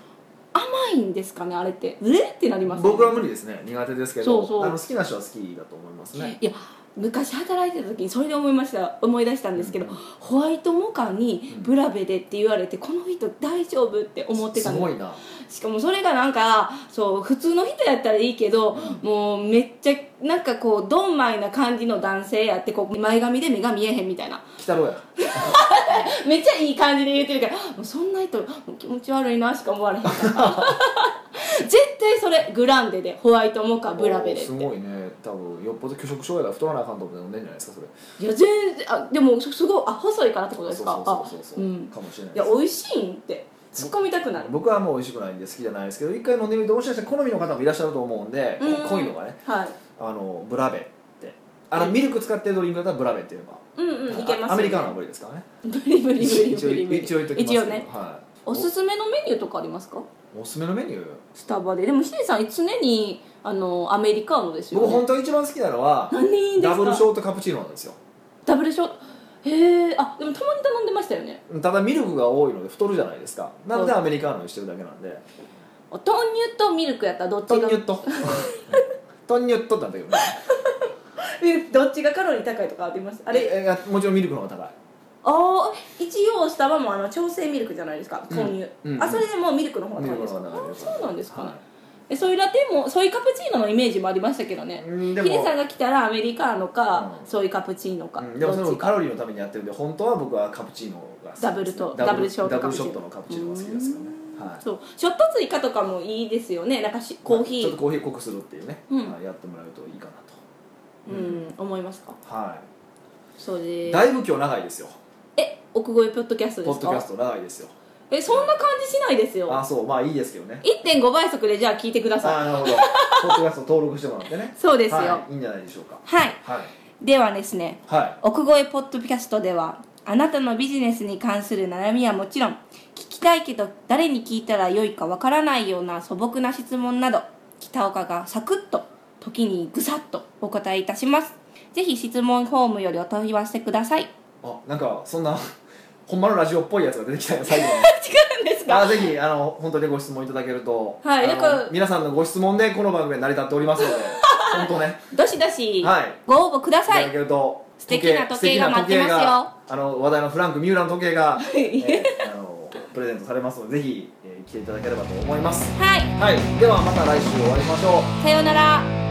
Speaker 2: 甘いんですかねあれってえってなりますね
Speaker 1: 僕は無理ですね苦手ですけど
Speaker 2: そうそう
Speaker 1: あの好きな人は好きだと思いますね
Speaker 2: いや昔働いてた時にそれで思いました思い出したんですけど、
Speaker 1: うん
Speaker 2: ホワイトモカに
Speaker 1: うん
Speaker 2: ブラベでって言われて、この人大丈夫って思ってた
Speaker 1: す
Speaker 2: ん
Speaker 1: ご
Speaker 2: で
Speaker 1: いな
Speaker 2: すしかもそれがなんかそう普通の人やったらいいけど、もうめっちゃなんかこうドンマイな感じの男性やってこう前髪で目が見えへんみたいな
Speaker 1: 鬼太郎や
Speaker 2: めっちゃいい感じで言ってるからもうそんな人もう気持ち悪いなしか思わ れへんから絶対それグランデでホワイトモカブラベレっ
Speaker 1: おーす
Speaker 2: て
Speaker 1: ごいね多分よっぽど拒食症やから太らなあかんと思って飲んでんじゃないですかそれ
Speaker 2: いや全然あでもすすごいあ細いからってことですか
Speaker 1: そうそうそうそう、
Speaker 2: あうん
Speaker 1: かもしれない
Speaker 2: い
Speaker 1: で
Speaker 2: や
Speaker 1: す
Speaker 2: 美味しいんって突っ込みたくなる
Speaker 1: 僕はもう美味しくないんで好きじゃないですけど一回飲んでみるともしかしたら好みの方もいらっしゃると思うんで
Speaker 2: うん
Speaker 1: 濃いのがね
Speaker 2: はい
Speaker 1: あのブラベってあのミルク使ってるドリンクだったらブラベっていうのが
Speaker 2: うんうんいけます
Speaker 1: アメリカーノは無理ですからね
Speaker 2: 無理無理無理
Speaker 1: 一応
Speaker 2: 無理無理
Speaker 1: 一応言っときますけ
Speaker 2: 一
Speaker 1: ど
Speaker 2: 応ね
Speaker 1: はい、
Speaker 2: おすすめのメニューとかありますか
Speaker 1: おおすすめのメニュー
Speaker 2: スタバででもヒデさん常にあのアメリカーノですよ、
Speaker 1: 僕
Speaker 2: ね、
Speaker 1: 本当に一番好きなのは
Speaker 2: 何ですか
Speaker 1: ダブルショートカプチーノなんですよ
Speaker 2: ダブルショーへえあでもたまに頼んでましたよね
Speaker 1: ただミルクが多いので太るじゃないですかなので
Speaker 2: そう
Speaker 1: アメリカーノにしてるだけなんで
Speaker 2: 豆乳とミルクやったらどっ
Speaker 1: ト
Speaker 2: ち
Speaker 1: ン
Speaker 2: が
Speaker 1: ニュットトンニュットなんだけどね
Speaker 2: えどっちがカロリー高いとかありますあれ
Speaker 1: ええもちろんミルクの方が高い
Speaker 2: あー一応スタバもあの調整ミルクじゃないですか豆乳、
Speaker 1: うんうん
Speaker 2: あそれでもうミルクの方が
Speaker 1: ミ
Speaker 2: 高
Speaker 1: ル
Speaker 2: い
Speaker 1: ク
Speaker 2: で
Speaker 1: の方
Speaker 2: すか
Speaker 1: が
Speaker 2: あ
Speaker 1: 高いで
Speaker 2: ー
Speaker 1: す
Speaker 2: そうなんですか、ね
Speaker 1: は
Speaker 2: えソイラテもソイカプチーノのイメージもありましたけどね
Speaker 1: いうんで
Speaker 2: ヒデ
Speaker 1: も
Speaker 2: さんが来たらアメリカーノか、
Speaker 1: うん
Speaker 2: ソイカプチーノか、
Speaker 1: うんでもそれ
Speaker 2: どっ
Speaker 1: も
Speaker 2: ちか
Speaker 1: カロリーのためにやってるんで本当は僕はカプチーノが好きです
Speaker 2: ダブルと
Speaker 1: ダ
Speaker 2: ダブ
Speaker 1: ブル
Speaker 2: ルショート
Speaker 1: ダブル
Speaker 2: カプチ
Speaker 1: ショ
Speaker 2: ーノ
Speaker 1: ットのカプチーノが好きですからねはい
Speaker 2: そうショット追加とかもいいですよねなんかしコーヒ
Speaker 1: ちょっ
Speaker 2: ー、
Speaker 1: とコーヒー濃くするっていうね、
Speaker 2: うん
Speaker 1: はいやってもらうといいかなと
Speaker 2: うん、思いますか
Speaker 1: は
Speaker 2: そ
Speaker 1: い
Speaker 2: れ
Speaker 1: だいぶ今日長いですよ
Speaker 2: え奥越えポッドキャストで
Speaker 1: ポッ
Speaker 2: すか
Speaker 1: ドキャスト長いですよ
Speaker 2: えそんな感じしないです
Speaker 1: あ
Speaker 2: よ
Speaker 1: そうまあいいですけどね
Speaker 2: 1.5倍速でじゃあ聞いてくださ
Speaker 1: あなるほどポッドキャスト登録してもらってね
Speaker 2: いそうですよは
Speaker 1: はい、いいんじゃないでしょうか
Speaker 2: い、
Speaker 1: はい
Speaker 2: ではですね
Speaker 1: はい
Speaker 2: 奥越えポッドキャストではあなたのビジネスに関する悩みはもちろん聞きたいけど誰に聞いたらよいかわからないような素朴な質問など北岡がサクッと時にぐさっとお答えいたしますぜひ質問フォームよりお問い合わせください違
Speaker 1: あなんかそんな ほんまのラジオっぽいやつが出てきたよ最後に
Speaker 2: うんですか
Speaker 1: あぜひあの本当にご質問いただけると、
Speaker 2: はい
Speaker 1: あの
Speaker 2: なんか
Speaker 1: 皆さんのご質問でこの番組は成り立っております ので本当ね
Speaker 2: どしどし
Speaker 1: はい
Speaker 2: ご応募くださ
Speaker 1: い
Speaker 2: い、
Speaker 1: ただけると
Speaker 2: 素敵な時計が待ってま
Speaker 1: 素敵な時
Speaker 2: すよ
Speaker 1: 計があの話題のフランク三浦の時計が、
Speaker 2: い
Speaker 1: えーあのプレゼントされますのでぜひ、えー来ていただければと思います
Speaker 2: はい
Speaker 1: はいではまた来週お会いしましょう
Speaker 2: さようなら